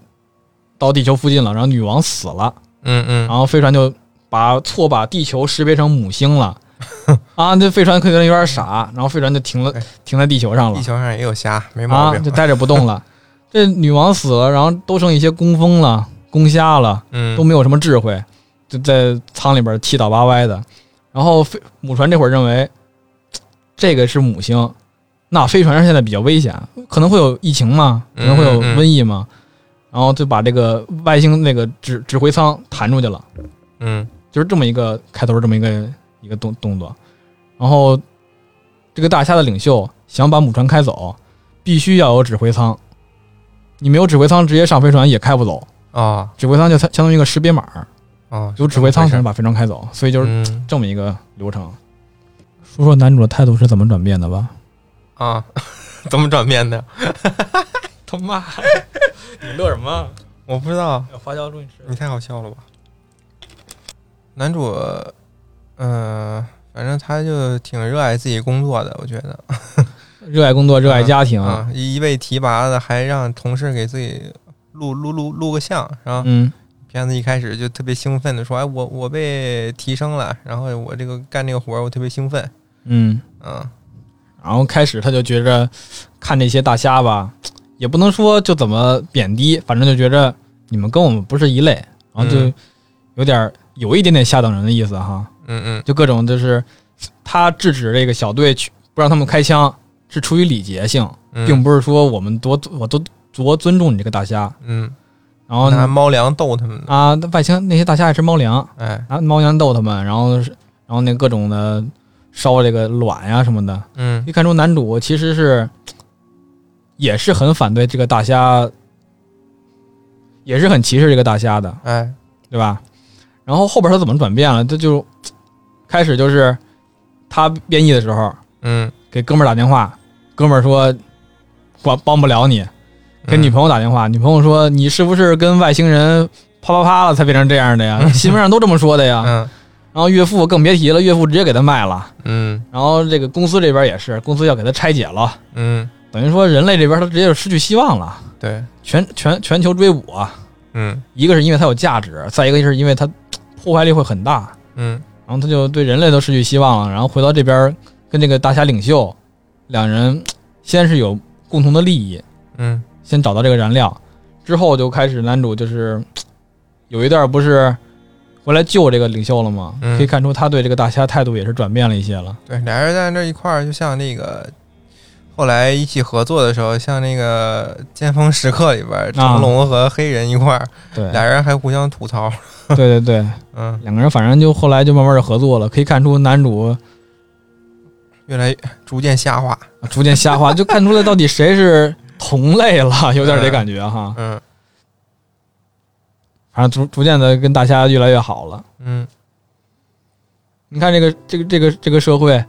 [SPEAKER 1] 到地球附近了，然后女王死了，
[SPEAKER 2] 嗯
[SPEAKER 1] 然
[SPEAKER 2] 嗯
[SPEAKER 1] 后飞船就把错把地球识别成母星 了。啊，这飞船可能有点傻，然后飞船就停了
[SPEAKER 2] 对，
[SPEAKER 1] 停在地球上了
[SPEAKER 2] 地。球上也有虾，哎没毛
[SPEAKER 1] 啊，
[SPEAKER 2] 病
[SPEAKER 1] 就。待着不动了。 这女王死了，然后都剩一些工蜂了、工虾了，
[SPEAKER 2] 嗯
[SPEAKER 1] 都没有什么智慧，就在舱里边七倒八歪的。然后飞母船这会儿认为嘖这个是母星，那飞船上现在比较危险，可能会有疫情嘛，可能会有
[SPEAKER 2] 嗯嗯嗯
[SPEAKER 1] 瘟疫嘛，然后就把这个外星那个指指挥舱弹出去了，
[SPEAKER 2] 嗯
[SPEAKER 1] 就是这么一个开头，这么一个一个动动作。然后这个大虾的领袖想把母船开走，必须要有指挥舱，你没有指挥舱，直接上飞船也开不走。
[SPEAKER 2] 哦
[SPEAKER 1] 指挥舱就相相当于一个识别码儿，
[SPEAKER 2] 哦，
[SPEAKER 1] 有指挥舱才
[SPEAKER 2] 是
[SPEAKER 1] 能把飞船开走，所以就是
[SPEAKER 2] 嗯
[SPEAKER 1] 这么一个流程。说说男主的态度是怎么转变的吧？
[SPEAKER 2] 啊， 怎么转变的？
[SPEAKER 1] 他妈，你乐什么？
[SPEAKER 2] 我不知道，
[SPEAKER 1] 花椒录音
[SPEAKER 2] 你太好笑了吧？男主，嗯、反正他就挺热爱自己工作的，我觉得啊
[SPEAKER 1] 热爱工作，热爱家庭，
[SPEAKER 2] 啊，一一味提拔的，还让同事给自己录录录录个像，然后
[SPEAKER 1] 嗯
[SPEAKER 2] 片子一开始就特别兴奋的说：“哎，我我被提升了，然后我这个干这个活儿，我特别兴奋。
[SPEAKER 1] 嗯，”
[SPEAKER 2] 嗯，
[SPEAKER 1] 然后开始他就觉着看这些大虾吧，也不能说就怎么贬低，反正就觉着你们跟我们不是一类，然后就
[SPEAKER 2] 嗯
[SPEAKER 1] 有点儿有一点点下等人的意思哈，
[SPEAKER 2] 嗯嗯
[SPEAKER 1] 就各种就是他制止这个小队去不让他们开枪，是出于礼节性，
[SPEAKER 2] 嗯，
[SPEAKER 1] 并不是说我们多我多多尊重你这个大虾，
[SPEAKER 2] 嗯，
[SPEAKER 1] 然后
[SPEAKER 2] 拿
[SPEAKER 1] 呢
[SPEAKER 2] 猫粮逗他们呢。
[SPEAKER 1] 啊外星那些大虾爱吃猫粮，
[SPEAKER 2] 哎，
[SPEAKER 1] 拿猫粮逗他们，然后是然后那各种的烧这个卵呀、什么的，
[SPEAKER 2] 嗯
[SPEAKER 1] 一看出男主其实是也是很反对这个大虾，也是很歧视这个大虾的，
[SPEAKER 2] 哎，
[SPEAKER 1] 对吧？然后后边他怎么转变了？他就开始就是他变异的时候
[SPEAKER 2] 嗯，
[SPEAKER 1] 给哥们儿打电话，哥们儿说管帮不了你，给女朋友打电话，女朋友说你是不是跟外星人啪啪啪了才变成这样的呀？新闻上都这么说的呀。
[SPEAKER 2] 嗯
[SPEAKER 1] 然后岳父更别提了，岳父直接给他卖了。
[SPEAKER 2] 嗯
[SPEAKER 1] 然后这个公司这边也是，公司要给他拆解了，
[SPEAKER 2] 嗯，
[SPEAKER 1] 等于说人类这边他直接就失去希望了，
[SPEAKER 2] 对，
[SPEAKER 1] 全全全球追捕啊！
[SPEAKER 2] 嗯
[SPEAKER 1] 一个是因为它有价值，再一个是因为它破坏力会很大，
[SPEAKER 2] 嗯
[SPEAKER 1] 然后他就对人类都失去希望了。然后回到这边跟这个大侠领袖两人先是有共同的利益，
[SPEAKER 2] 嗯
[SPEAKER 1] 先找到这个燃料，之后就开始男主就是有一段不是回来救这个领袖了吗？
[SPEAKER 2] 嗯
[SPEAKER 1] 可以看出他对这个大侠态度也是转变了一些了。
[SPEAKER 2] 对，俩人在那一块儿，就像那个后来一起合作的时候，像那个《尖峰时刻》里边儿，成龙和黑人一块儿，
[SPEAKER 1] 对，
[SPEAKER 2] 俩人还互相吐槽。
[SPEAKER 1] 对对对，
[SPEAKER 2] 嗯，
[SPEAKER 1] 两个人反正就后来就慢慢的合作了，可以看出男主
[SPEAKER 2] 越来越逐渐下滑。
[SPEAKER 1] 逐渐瞎化，就看出来到底谁是同类了， 有点这感觉哈。
[SPEAKER 2] 嗯
[SPEAKER 1] 反正逐逐渐的跟大侠越来越好了。
[SPEAKER 2] 嗯
[SPEAKER 1] 你看这个这个这个这个社会，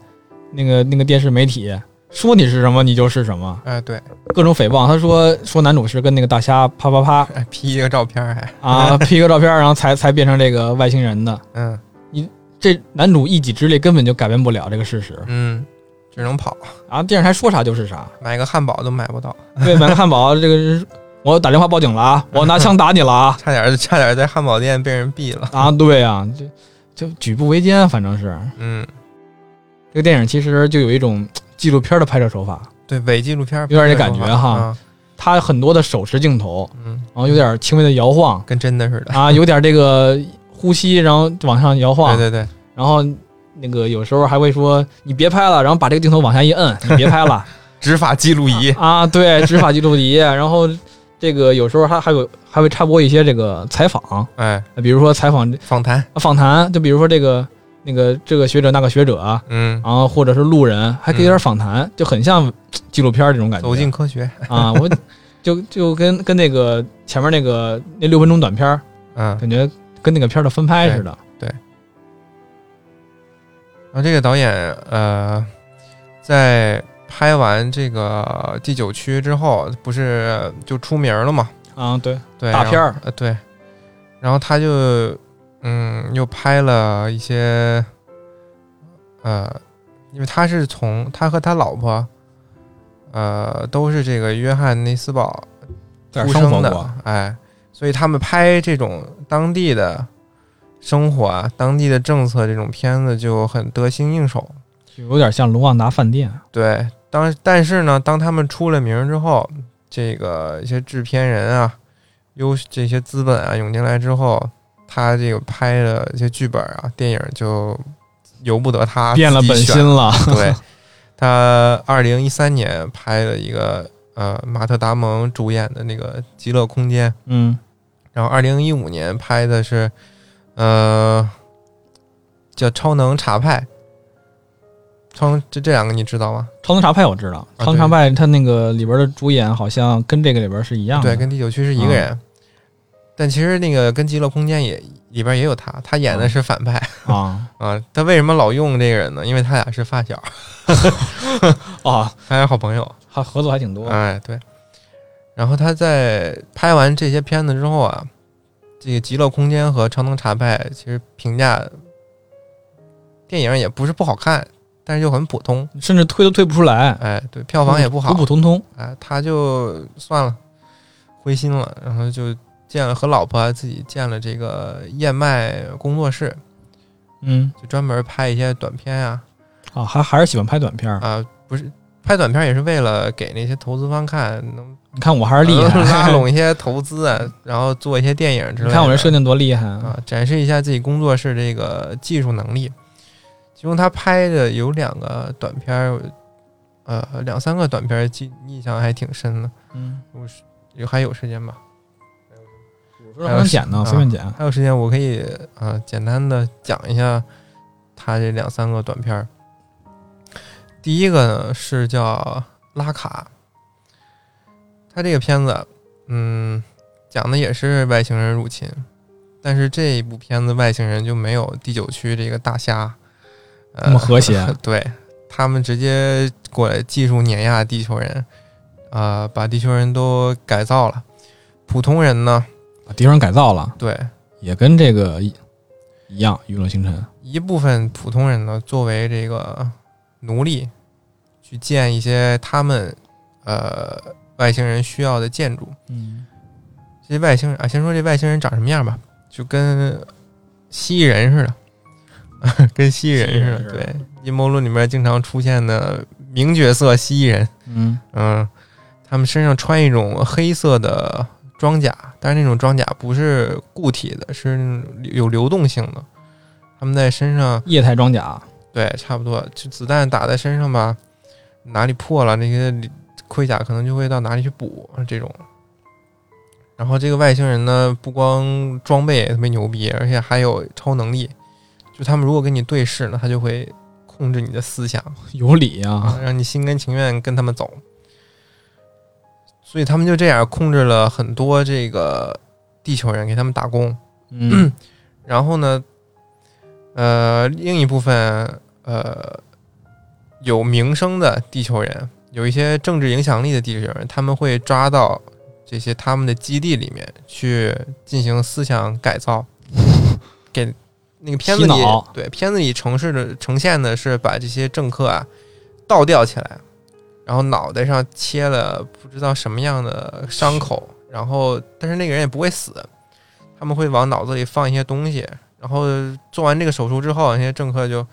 [SPEAKER 1] 那个那个电视媒体说你是什么，你就是什么，
[SPEAKER 2] 哎，对，
[SPEAKER 1] 各种诽谤。他说说男主是跟那个大虾啪啪啪
[SPEAKER 2] 哎 P 一个照片儿还
[SPEAKER 1] 啊 P 个照片，然后才才变成这个外星人的。
[SPEAKER 2] 嗯
[SPEAKER 1] 这男主一己之力根本就改变不了这个事实
[SPEAKER 2] 嗯，只能跑，
[SPEAKER 1] 啊！电视台说啥就是 啥。
[SPEAKER 2] 买个汉堡都买不到，
[SPEAKER 1] 对，买个汉堡，这个我打电话报警了 啊，我拿枪打你了啊！
[SPEAKER 2] 差点儿差点儿在汉堡店被人毙了。
[SPEAKER 1] 啊，对啊，就就举步维艰，啊反正是
[SPEAKER 2] 嗯，
[SPEAKER 1] 这个电影其实就有一种纪录片的拍摄手法，
[SPEAKER 2] 对，伪纪录片儿
[SPEAKER 1] 有点这感觉
[SPEAKER 2] 拍的
[SPEAKER 1] 哈
[SPEAKER 2] 不好。
[SPEAKER 1] 它很多的手持镜头，
[SPEAKER 2] 嗯嗯，
[SPEAKER 1] 然后有点轻微的摇晃。
[SPEAKER 2] 跟真的似的。
[SPEAKER 1] 啊，有点这个呼吸，然后往上摇晃，
[SPEAKER 2] 对对对，
[SPEAKER 1] 然后那个有时候还会说你别拍了，然后把这个镜头往下一摁，你别 拍了
[SPEAKER 2] 执法记录仪。
[SPEAKER 1] 啊，对，执法记录仪，然后这个有时候还还有还会插播一些这个采访，
[SPEAKER 2] 哎，
[SPEAKER 1] 比如说采访
[SPEAKER 2] 访谈。
[SPEAKER 1] 访谈，就比如说这个那个这个学者那个学者啊，
[SPEAKER 2] 嗯，
[SPEAKER 1] 然后或者是路人，还可以有点访谈，就很像纪录片这种感觉，
[SPEAKER 2] 走进科学。
[SPEAKER 1] 啊， 我就就跟跟那个前面那个那六分钟短片儿
[SPEAKER 2] 嗯，
[SPEAKER 1] 感觉跟那个片儿的翻拍似的，
[SPEAKER 2] 然后这个导演呃，在拍完这个第九区之后，不是就出名了嘛？
[SPEAKER 1] 啊，对。
[SPEAKER 2] 对，
[SPEAKER 1] 大
[SPEAKER 2] 然后
[SPEAKER 1] 片儿
[SPEAKER 2] 呃，对，然后他就嗯，又拍了一些呃，因为他是从他和他老婆呃都是这个约翰内斯堡
[SPEAKER 1] 在这
[SPEAKER 2] 出
[SPEAKER 1] 儿生活
[SPEAKER 2] 生
[SPEAKER 1] 过
[SPEAKER 2] 的，，哎，所以他们拍这种当地的生活啊、当地的政策这种片子就很得心应手。
[SPEAKER 1] 就有点像卢旺达饭店。
[SPEAKER 2] 对，当但是呢，当他们出了名儿之后，这个一些制片人啊、优这些资本啊涌进来之后，他这个拍的一些剧本啊、电影就由不得他
[SPEAKER 1] 变了
[SPEAKER 2] 自己
[SPEAKER 1] 本
[SPEAKER 2] 选
[SPEAKER 1] 心 了，
[SPEAKER 2] 对，他二零一三年拍了一个呃马特·达蒙主演的那个《极乐空间》，
[SPEAKER 1] 嗯，
[SPEAKER 2] 然后二零一五年拍的是呃叫《超能查派》。超能这这两个你知道吗？
[SPEAKER 1] 超能查派我知道，
[SPEAKER 2] 啊
[SPEAKER 1] 超能查派它那个里边的主演好像跟这个里边是一样的，
[SPEAKER 2] 对，跟第九区是一个人。但其实那个跟《极乐空间也》里边也有他，他演的是反派
[SPEAKER 1] 啊
[SPEAKER 2] 啊。他为什么老用这个人呢？因为他俩是发小，
[SPEAKER 1] 啊，
[SPEAKER 2] 他俩好朋友。
[SPEAKER 1] 还合作还挺多，
[SPEAKER 2] 哎，对。然后他在拍完这些片子之后啊，这个《极乐空间》和《超能查派》其实评价电影也不是不好看，但是又很普通。
[SPEAKER 1] 甚至嗯推都推不出来，
[SPEAKER 2] 哎，对，票房也不好
[SPEAKER 1] 普普，通通。
[SPEAKER 2] 哎，他就算了，灰心了，然后就建了和老婆自己建了这个燕麦工作室，
[SPEAKER 1] 嗯
[SPEAKER 2] 就专门拍一些短片啊
[SPEAKER 1] 啊，还还是喜欢拍短片儿。
[SPEAKER 2] 啊，不是拍短片也是为了给那些投资方看，能
[SPEAKER 1] 你看我还是厉
[SPEAKER 2] 拉
[SPEAKER 1] 害，
[SPEAKER 2] 拢 一些投资啊，然后做一些电啊影之
[SPEAKER 1] 啊你
[SPEAKER 2] 类的。
[SPEAKER 1] 看我这设定多厉害啊！
[SPEAKER 2] 啊，展示一下自己工作室这个技术能力。其中他拍的有两个短片儿，呃，两三个短片儿记印象还挺深的。
[SPEAKER 1] 嗯，
[SPEAKER 2] 我是有还有时间吧？
[SPEAKER 1] 我说还能剪呢，
[SPEAKER 2] 啊
[SPEAKER 1] 随便剪。
[SPEAKER 2] 还有时间我可以啊、呃简单的讲一下他这两三个短片儿。第一个呢是叫《拉卡》，他这个片子，嗯，讲的也是外星人入侵，但是这一部片子外星人就没有第九区这个大虾，呃，
[SPEAKER 1] 那么和谐
[SPEAKER 2] 对他们直接过来技术碾压地球人，啊、把地球人都改造了。普通人呢，
[SPEAKER 1] 把敌啊人改造了，
[SPEAKER 2] 对，
[SPEAKER 1] 也跟这个一一样，娱乐星辰。
[SPEAKER 2] 一部分普通人呢，作为这个奴隶，去建一些他们呃外星人需要的建筑。
[SPEAKER 1] 嗯
[SPEAKER 2] 这些外星人啊，先说这外星人长什么样吧，就跟蜥蜴人似的， 跟蜥蜴人似的。
[SPEAKER 1] 蜥蜴人似的
[SPEAKER 2] 对，阴谋论里面经常出现的名角色蜥蜴人，
[SPEAKER 1] 嗯，
[SPEAKER 2] 嗯，他们身上穿一种黑色的装甲，但是那种装甲不是固体的，是那种有流动性的。他们在身上
[SPEAKER 1] 液态装甲，
[SPEAKER 2] 对，差不多，就子弹打在身上吧，哪里破了，那些里盔甲可能就会到哪里去补这种。然后这个外星人呢，不光装备也特别牛逼，而且还有超能力。就他们如果跟你对视呢，他就会控制你的思想，
[SPEAKER 1] 有理啊！
[SPEAKER 2] 让你心甘情愿跟他们走。所以他们就这样控制了很多这个地球人，给他们打工。
[SPEAKER 1] 嗯，
[SPEAKER 2] 然后呢，呃，另一部分呃有名声的地球人，有一些政治影响力的地球人，他们会抓到这些他们的基地里面去进行思想改 造，给那个片子里
[SPEAKER 1] 洗脑
[SPEAKER 2] 对片子里城市的呈现的是把这些政客啊倒吊起来，然后脑袋上切了不知道什么样的伤口，然后但是那个人也不会死，他们会往脑子里放一些东西，然后做完这个手术之后，那些政客就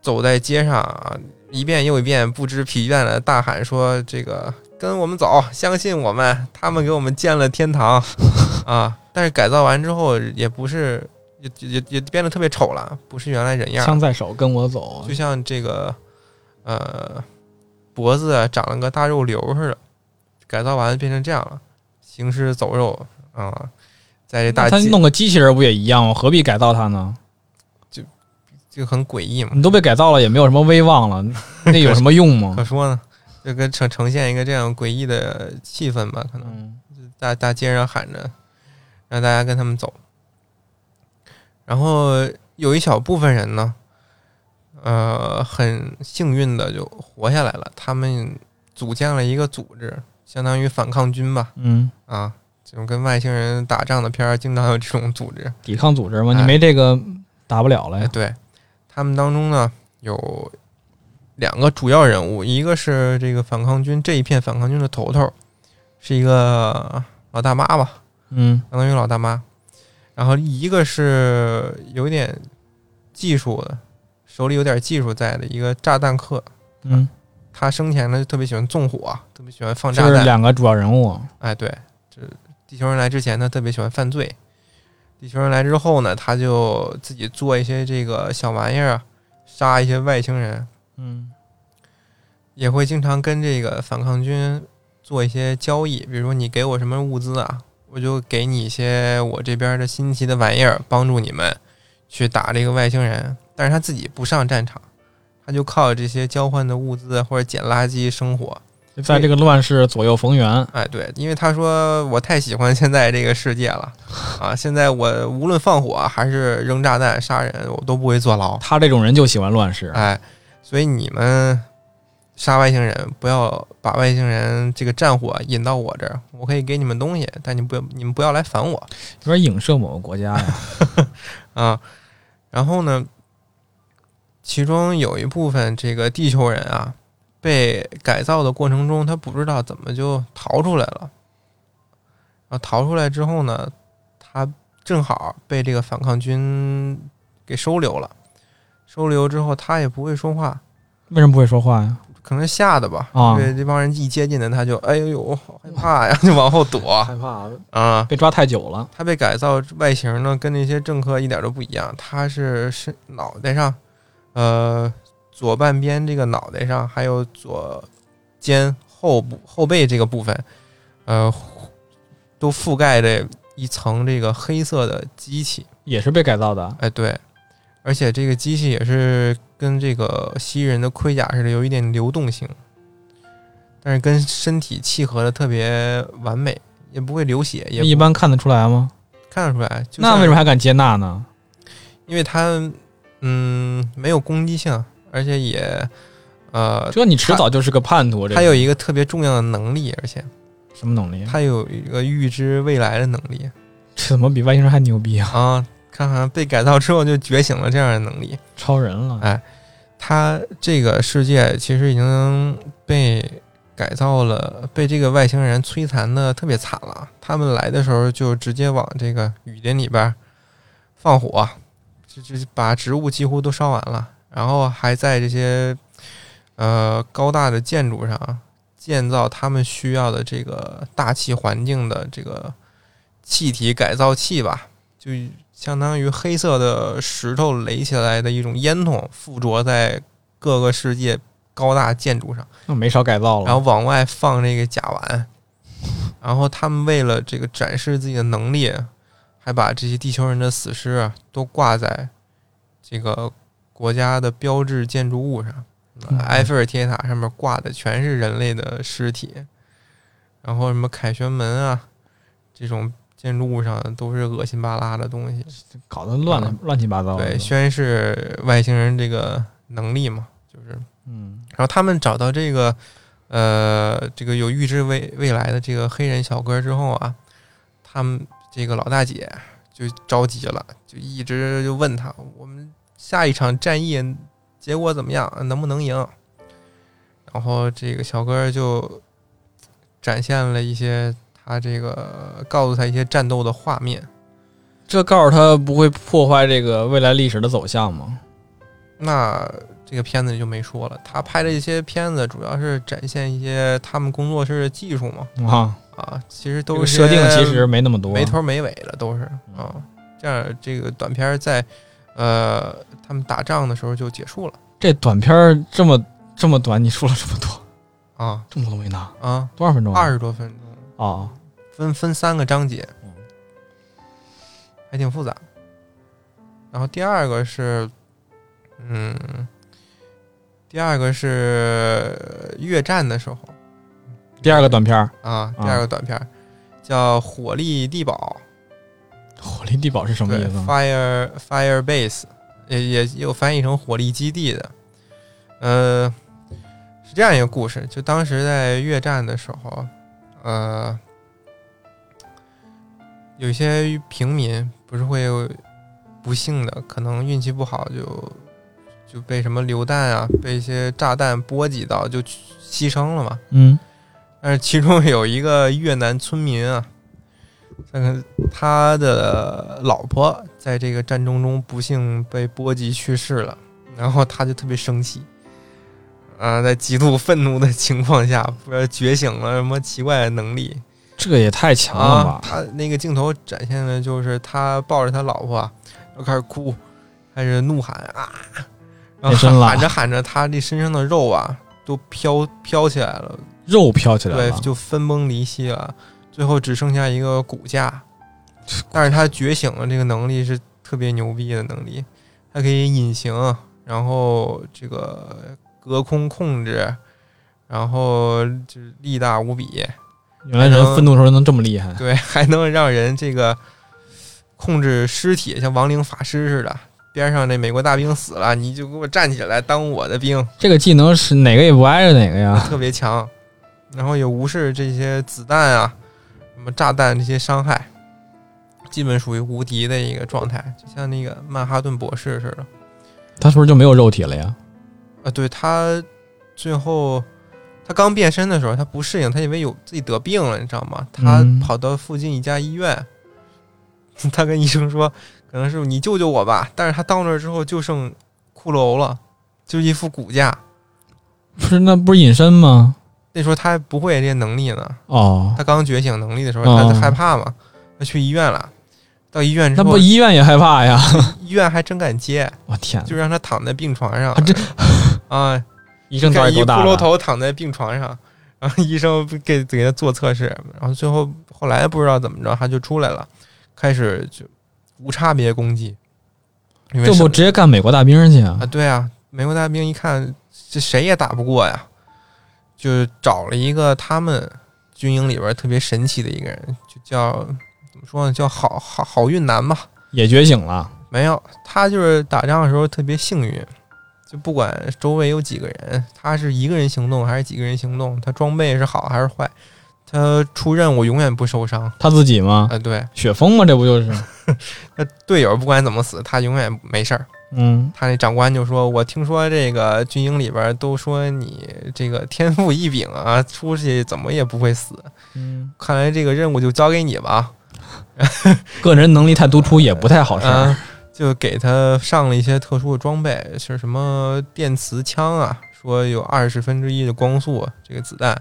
[SPEAKER 2] 走在街上啊，一遍又一遍不知疲倦的大喊说：“这个跟我们走，相信我们，他们给我们建了天堂 啊！”但是改造完之后也不是也也也变得特别丑了，不是原来人样儿，
[SPEAKER 1] 枪在手，跟我走
[SPEAKER 2] 就。像这个呃脖子啊长了个大肉瘤似的，改造完变成这样了，行尸走肉啊，在这大
[SPEAKER 1] 那他
[SPEAKER 2] 街
[SPEAKER 1] 弄个机器人不也一样吗？何必改造他呢？
[SPEAKER 2] 就很诡异嘛。
[SPEAKER 1] 你都被改造了，也没有什么威望了，那有什么用吗
[SPEAKER 2] 可？说呢，就跟呈呈现一个这样诡异的气氛吧，可能
[SPEAKER 1] 嗯
[SPEAKER 2] 大大街上喊着，让大家跟他们走。然后有一小部分人呢，呃，很幸运的就活下来了，他们组建了一个组织，相当于反抗军吧，
[SPEAKER 1] 嗯，
[SPEAKER 2] 啊，这种跟外星人打仗的片儿经常有这种组织，
[SPEAKER 1] 抵抗组织嘛，
[SPEAKER 2] 哎
[SPEAKER 1] 你没这个打不了了
[SPEAKER 2] 哎，
[SPEAKER 1] 呀。
[SPEAKER 2] 对，他们当中呢有两个主要人物，一个是这个反抗军这一片反抗军的头头，是一个老大妈吧，
[SPEAKER 1] 嗯
[SPEAKER 2] 相当于老大妈。然后一个是有点技术的，手里有点技术在的一个炸弹客，
[SPEAKER 1] 嗯，
[SPEAKER 2] 他生前呢就特别喜欢纵火，啊特别喜欢放
[SPEAKER 1] 这
[SPEAKER 2] 炸
[SPEAKER 1] 是
[SPEAKER 2] 弹。
[SPEAKER 1] 两个主要人物。
[SPEAKER 2] 哎，对，这地球人来之前呢，特别喜欢犯罪；地球人来之后呢，他就自己做一些这个小玩意儿啊，杀一些外星人，
[SPEAKER 1] 嗯
[SPEAKER 2] 也会经常跟这个反抗军做一些交易，比如说你给我什么物资啊，我就给你一些我这边的新奇的玩意儿，帮助你们去打这个外星人。但是他自己不上战场，他就靠这些交换的物资或者捡垃圾生活。
[SPEAKER 1] 就在这个乱世左右逢源。
[SPEAKER 2] 哎，对，因为他说我太喜欢现在这个世界了，啊，现在我无论放火还是扔炸弹杀人，我都不会坐牢。
[SPEAKER 1] 他这种人就喜欢乱世，
[SPEAKER 2] 哎，所以你们杀外星人，不要把外星人这个战火引到我这儿，我可以给你们东西，但你不要你们不要来烦我
[SPEAKER 1] 有点影射某个国家呀。
[SPEAKER 2] 啊。然后呢，其中有一部分这个地球人啊，被改造的过程中，他不知道怎么就逃出来了。然后逃出来之后呢，他正好被这个反抗军给收留了。收留之后，他也不会说话，
[SPEAKER 1] 为什么不会说话呀？
[SPEAKER 2] 可能吓的吧。
[SPEAKER 1] 啊
[SPEAKER 2] 对，这帮人一接近他，他就哎呦，好害怕呀，就往后躲
[SPEAKER 3] 害怕
[SPEAKER 2] 啊。
[SPEAKER 1] 被抓太久了，
[SPEAKER 2] 他被改造外形呢，跟那些政客一点都不一样。他是是脑袋上，呃，左半边这个脑袋上，还有左肩后部后背这个部分，呃，都覆呃盖着一层这个黑色的机器。
[SPEAKER 1] 也是被改造的。
[SPEAKER 2] 哎，对，而且这个机器也是跟这个蜥蜴人的盔甲似的，有一点流动性，但是跟身体契合的特别完美，也不会流血，也
[SPEAKER 1] 那一
[SPEAKER 2] 不
[SPEAKER 1] 般看得出来吗？
[SPEAKER 2] 看得出来。就
[SPEAKER 1] 那
[SPEAKER 2] 算
[SPEAKER 1] 为什么还敢接纳呢？
[SPEAKER 2] 因为它嗯没有攻击性，而且也呃，
[SPEAKER 1] 这你迟早就是个嗯叛徒。这
[SPEAKER 2] 它有一个特别重要的能力，而且
[SPEAKER 1] 什么能力？
[SPEAKER 2] 它有一个预知未来的能力
[SPEAKER 1] 这怎么比外星人还牛逼啊？
[SPEAKER 2] 啊。看看被改造之后就觉醒了这样的能力，
[SPEAKER 1] 超人了！
[SPEAKER 2] 哎它这个世界其实已经被改造了，被这个外星人摧残的特别惨了。他们来的时候就直接往这个雨林里边放火，就就把植物几乎都烧完了，然后还在这些呃高大的建筑上建造他们需要的这个大气环境的这个气体改造器吧，就相当于黑色的石头垒起来的一种烟筒，附着在各个世界高大建筑上，
[SPEAKER 1] 那没少改造了。
[SPEAKER 2] 然后往外放这个甲烷，然后他们为了这个展示自己的能力，还把这些地球人的死尸啊都挂在这个国家的标志建筑物上，
[SPEAKER 1] 嗯
[SPEAKER 2] 埃菲尔铁塔上面挂的全是人类的尸体，然后什么凯旋门啊这种建筑物上都是恶心巴拉的东西。
[SPEAKER 1] 搞得乱
[SPEAKER 2] 嗯
[SPEAKER 1] 乱七八糟的。
[SPEAKER 2] 对，宣示外星人这个能力嘛，就是，然
[SPEAKER 1] 嗯，
[SPEAKER 2] 后他们找到这个，呃，这个有预知未未来的这个黑人小哥之后啊，他们这个老大姐就着急了，就一直就问他，我们下一场战役结果怎么样，能不能赢？然后这个小哥就展现了一些他这个告诉他一些战斗的画面，
[SPEAKER 1] 这告诉他不会破坏这个未来历史的走向吗？
[SPEAKER 2] 那这个片子就没说了。他拍的一些片子主要是展现一些他们工作室的技术嘛，
[SPEAKER 1] 啊，
[SPEAKER 2] 啊，其
[SPEAKER 1] 这
[SPEAKER 2] 实都
[SPEAKER 1] 个
[SPEAKER 2] 是
[SPEAKER 1] 设定
[SPEAKER 2] 些
[SPEAKER 1] 其实没那么多。
[SPEAKER 2] 没头没尾的，都是
[SPEAKER 1] 嗯
[SPEAKER 2] 啊。这样这个短片在呃他们打仗的时候就结束了
[SPEAKER 1] 这短片儿这么这么短，你说了这么多，
[SPEAKER 2] 啊
[SPEAKER 1] 这么多东西呢？
[SPEAKER 2] 啊，
[SPEAKER 1] 多少分钟啊？
[SPEAKER 2] 二十多分钟，
[SPEAKER 1] 哦，
[SPEAKER 2] 分分三个章节
[SPEAKER 1] 嗯，
[SPEAKER 2] 还挺复杂。然后第二个是，嗯，第二个是越战的时候。
[SPEAKER 1] 第二个短片儿
[SPEAKER 2] 啊，
[SPEAKER 1] 啊
[SPEAKER 2] 第二个短片、儿叫《火力地堡
[SPEAKER 1] 《火力地堡》是什》，么
[SPEAKER 2] 对
[SPEAKER 1] 意思啊？
[SPEAKER 2] ，Fire Fire Base，也也也有翻译成火力基地的。呃，是这样一个故事，就当时在越战的时候，呃，有一些平民不是会有不幸的，可能运气不好就就被什么流弹啊，被一些炸弹波及到，就牺牲了嘛。
[SPEAKER 1] 嗯，
[SPEAKER 2] 但是其中有一个越南村民啊，那个他的老婆在这个战争中不幸被波及去世了，然后他就特别生气，啊、在极度愤怒的情况下，不知道觉醒了什么奇怪的能力
[SPEAKER 1] 这个也太强了
[SPEAKER 2] 啊
[SPEAKER 1] 吧！，
[SPEAKER 2] 他那个镜头展现的就是他抱着他老婆啊，就开始哭，开始怒喊啊，然
[SPEAKER 1] 变身
[SPEAKER 2] 后
[SPEAKER 1] 了
[SPEAKER 2] 喊着喊着，他这身上的肉啊都飘飘起来了。
[SPEAKER 1] 肉飘起来
[SPEAKER 2] 对
[SPEAKER 1] 了，，
[SPEAKER 2] 就分崩离析了，最后只剩下一个骨架。但是他觉醒了这个能力是特别牛逼的能力，它可以隐形，然后这个隔空控制，然后就是力大无比，
[SPEAKER 1] 原来人愤怒的时候能这么厉害。
[SPEAKER 2] 对， 还能让人这个控制尸体，像亡灵法师似的。边上这美国大兵死了，你就给我站起来当我的兵，
[SPEAKER 1] 这个技能是哪个也不挨着哪个 呀？
[SPEAKER 2] 特别强，然后也无视这些子弹啊、什么炸弹这些伤害，基本属于无敌的一个状态，就像那个曼哈顿博士似的。
[SPEAKER 1] 他是不是就没有肉体了呀？
[SPEAKER 2] 啊，对他最后他刚变身的时候，他不适应，他以为有自己得病了，你知道吗？他
[SPEAKER 1] 嗯
[SPEAKER 2] 跑到附近一家医院， 他跟医生说：“可能是你救救我吧。”但是他到那儿之后就剩骷髅了，就一副骨架。
[SPEAKER 1] 不是那不是隐身吗？
[SPEAKER 2] 那时候他还不会这些能力呢，
[SPEAKER 1] 哦，
[SPEAKER 2] 他刚觉醒能力的时候，
[SPEAKER 1] 哦
[SPEAKER 2] 他就害怕嘛，他去医院了。到医院之
[SPEAKER 1] 那
[SPEAKER 2] 后
[SPEAKER 1] 不，医院也害怕呀！
[SPEAKER 2] 医院还真敢接，
[SPEAKER 1] 我天，
[SPEAKER 2] 就让他躺在病床上
[SPEAKER 1] 啊这。
[SPEAKER 2] 啊，
[SPEAKER 1] 医生胆
[SPEAKER 2] 看
[SPEAKER 1] 儿
[SPEAKER 2] 一
[SPEAKER 1] 多大
[SPEAKER 2] 骷髅
[SPEAKER 1] 的？
[SPEAKER 2] 头躺在病床上，然后医生给给他做测试，然后最后后来不知道怎么着，他就出来了，开始就无差别攻击，因为
[SPEAKER 1] 这
[SPEAKER 2] 什
[SPEAKER 1] 不
[SPEAKER 2] 么
[SPEAKER 1] 直接干美国大兵去啊
[SPEAKER 2] 啊？？对啊，美国大兵一看这谁也打不过呀，就找了一个他们军营里边特别神奇的一个人，就叫怎么说呢，叫好好好运男吧，
[SPEAKER 1] 也觉醒了，
[SPEAKER 2] 没有，他就是打仗的时候特别幸运，就不管周围有几个人，他是一个人行动还是几个人行动，他装备是好还是坏，他出任务永远不受伤。
[SPEAKER 1] 他自己吗？
[SPEAKER 2] 啊，对，
[SPEAKER 1] 雪峰吗？这不就是？
[SPEAKER 2] 那队友不管怎么死，他永远没事儿。
[SPEAKER 1] 嗯，
[SPEAKER 2] 他那长官就说：“我听说这个军营里边都说你这个天赋异禀啊，出去怎么也不会死。
[SPEAKER 1] 嗯
[SPEAKER 2] 看来这个任务就交给你吧。”
[SPEAKER 1] 个人能力太突出也不太好事儿
[SPEAKER 2] 嗯，就给他上了一些特殊的装备，是什么电磁枪啊，说有二十分之一的光速这个子弹，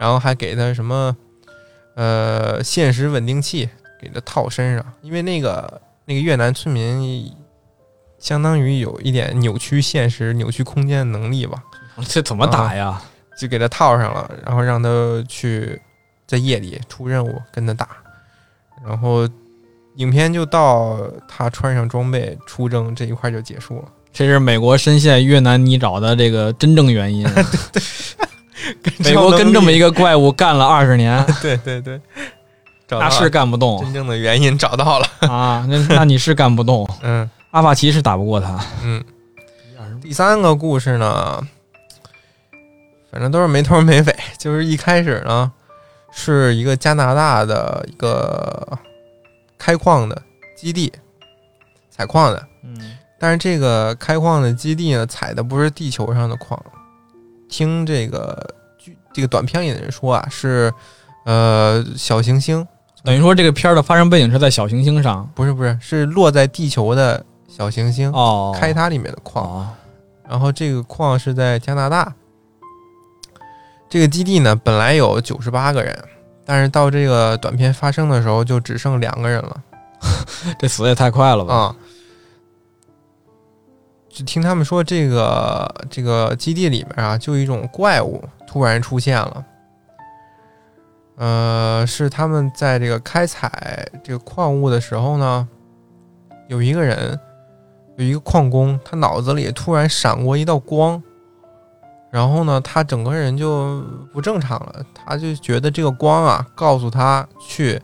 [SPEAKER 2] 然后还给他什么呃现实稳定器给他套身上，因为那个那个越南村民相当于有一点扭曲现实、扭曲空间的能力吧，
[SPEAKER 1] 这怎么打呀？
[SPEAKER 2] 就给他套上了，然后让他去在夜里出任务跟他打，然后影片就到他穿上装备出征这一块就结束 了，
[SPEAKER 1] 这是美国深陷越南泥沼的这个真正原 因。美国跟这么一个怪物干了二十 年，
[SPEAKER 2] 对对对，找到
[SPEAKER 1] 那
[SPEAKER 2] 了
[SPEAKER 1] 是干不动
[SPEAKER 2] 真正的原因 找到了，
[SPEAKER 1] 啊，那那你是干不动，
[SPEAKER 2] 嗯
[SPEAKER 1] 阿帕奇是打不过他。
[SPEAKER 2] 嗯。第三个故事呢，反正都是没头没尾， 就是一开始呢是一个加拿大的一个开矿的基地，采矿的。
[SPEAKER 1] 嗯，
[SPEAKER 2] 但是这个开矿的基地呢，采的不是地球上的矿，听这个剧这个短片里的人说啊，是呃小行星，
[SPEAKER 1] 等于说这个片儿的发生背景是在小行星上
[SPEAKER 2] 不是不是，是落在地球的小行星、
[SPEAKER 1] 哦，
[SPEAKER 2] 开它里面的矿。
[SPEAKER 1] 哦，
[SPEAKER 2] 然后这个矿是在加拿大，这个基地呢本来有九十八个人，但是到这个短片发生的时候就只剩两个人了。
[SPEAKER 1] 这死得也太快了吧？
[SPEAKER 2] 啊、就听他们说这个这个基地里面啊，就有一种怪物突然出现了。呃，是他们在这个开采这个矿物的时候呢，有一个人，有一个矿工，他脑子里突然闪过一道光，然后呢，他整个人就不正常了，他就觉得这个光啊，告诉他去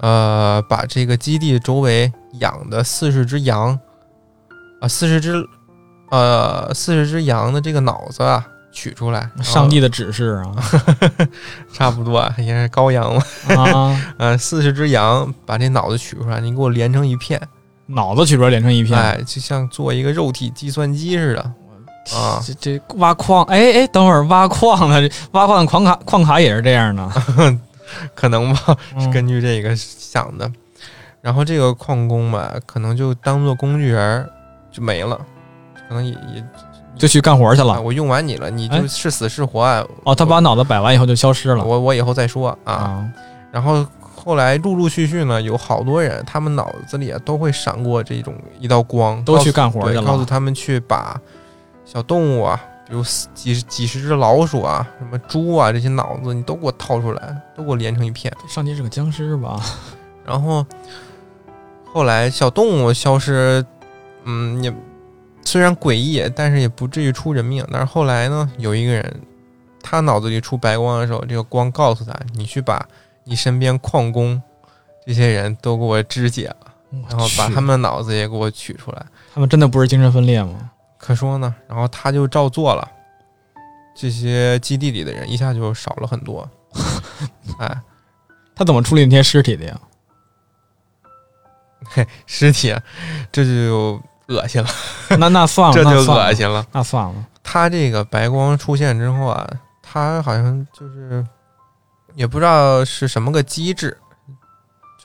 [SPEAKER 2] 呃，把这个基地周围养的四十只羊，啊，四十只，呃，四十只羊的这个脑子啊，取出来。 然后
[SPEAKER 1] 上帝的指示啊
[SPEAKER 2] 差不多啊也是羔羊嘛，
[SPEAKER 1] 啊！
[SPEAKER 2] 呃，四十只羊把这脑子取出来，你给我连成一片，
[SPEAKER 1] 脑子取出来连成一片，
[SPEAKER 2] 哎，就像做一个肉体计算机似的。啊
[SPEAKER 1] 这这挖矿，哎哎，等会儿挖矿的挖矿的矿卡矿卡也是这样 的，
[SPEAKER 2] 可能吧，
[SPEAKER 1] 嗯
[SPEAKER 2] 是根据这个想的。然后这个矿工吧，可能就当做工具人儿就没了，可能也也
[SPEAKER 1] 就去干活去
[SPEAKER 2] 啊，
[SPEAKER 1] 了。
[SPEAKER 2] 我用完你了，你
[SPEAKER 1] 哎
[SPEAKER 2] 就是死是活啊？
[SPEAKER 1] 哦，他
[SPEAKER 2] 我
[SPEAKER 1] 把脑子摆完以后就消失了
[SPEAKER 2] 我我以后再说啊。
[SPEAKER 1] 啊！
[SPEAKER 2] 然后后来陆陆续续呢，有好多人，他们脑子里啊都会闪过这种一道光，
[SPEAKER 1] 都去
[SPEAKER 2] 告
[SPEAKER 1] 干
[SPEAKER 2] 诉
[SPEAKER 1] 活去
[SPEAKER 2] 对告诉
[SPEAKER 1] 了。
[SPEAKER 2] 他们去把小动物啊，比如死几十几十只老鼠啊、什么猪啊这些脑子，你都给我掏出来，都给我连成一片。
[SPEAKER 1] 上帝是个僵尸吧？
[SPEAKER 2] 然后后来小动物消失，嗯，也虽然诡异，但是也不至于出人命。但是后来呢，有一个人，他脑子里出白光的时候，这个光告诉他，你去把你身边矿工这些人都给我肢解了，然后把
[SPEAKER 1] 我去
[SPEAKER 2] 他们的脑子也给我取出来。
[SPEAKER 1] 他们真的不是精神分裂吗？
[SPEAKER 2] 可说呢，然后他就照做了，这些基地里的人一下就少了很多。哎，
[SPEAKER 1] 他怎么处理那些尸体的呀？
[SPEAKER 2] 尸体啊，这就恶心了，
[SPEAKER 1] 哦那那算了，
[SPEAKER 2] 这就
[SPEAKER 1] 那算了
[SPEAKER 2] 恶心了。
[SPEAKER 1] 那算了，
[SPEAKER 2] 它这个白光出现之后啊，它好像就是也不知道是什么个机制，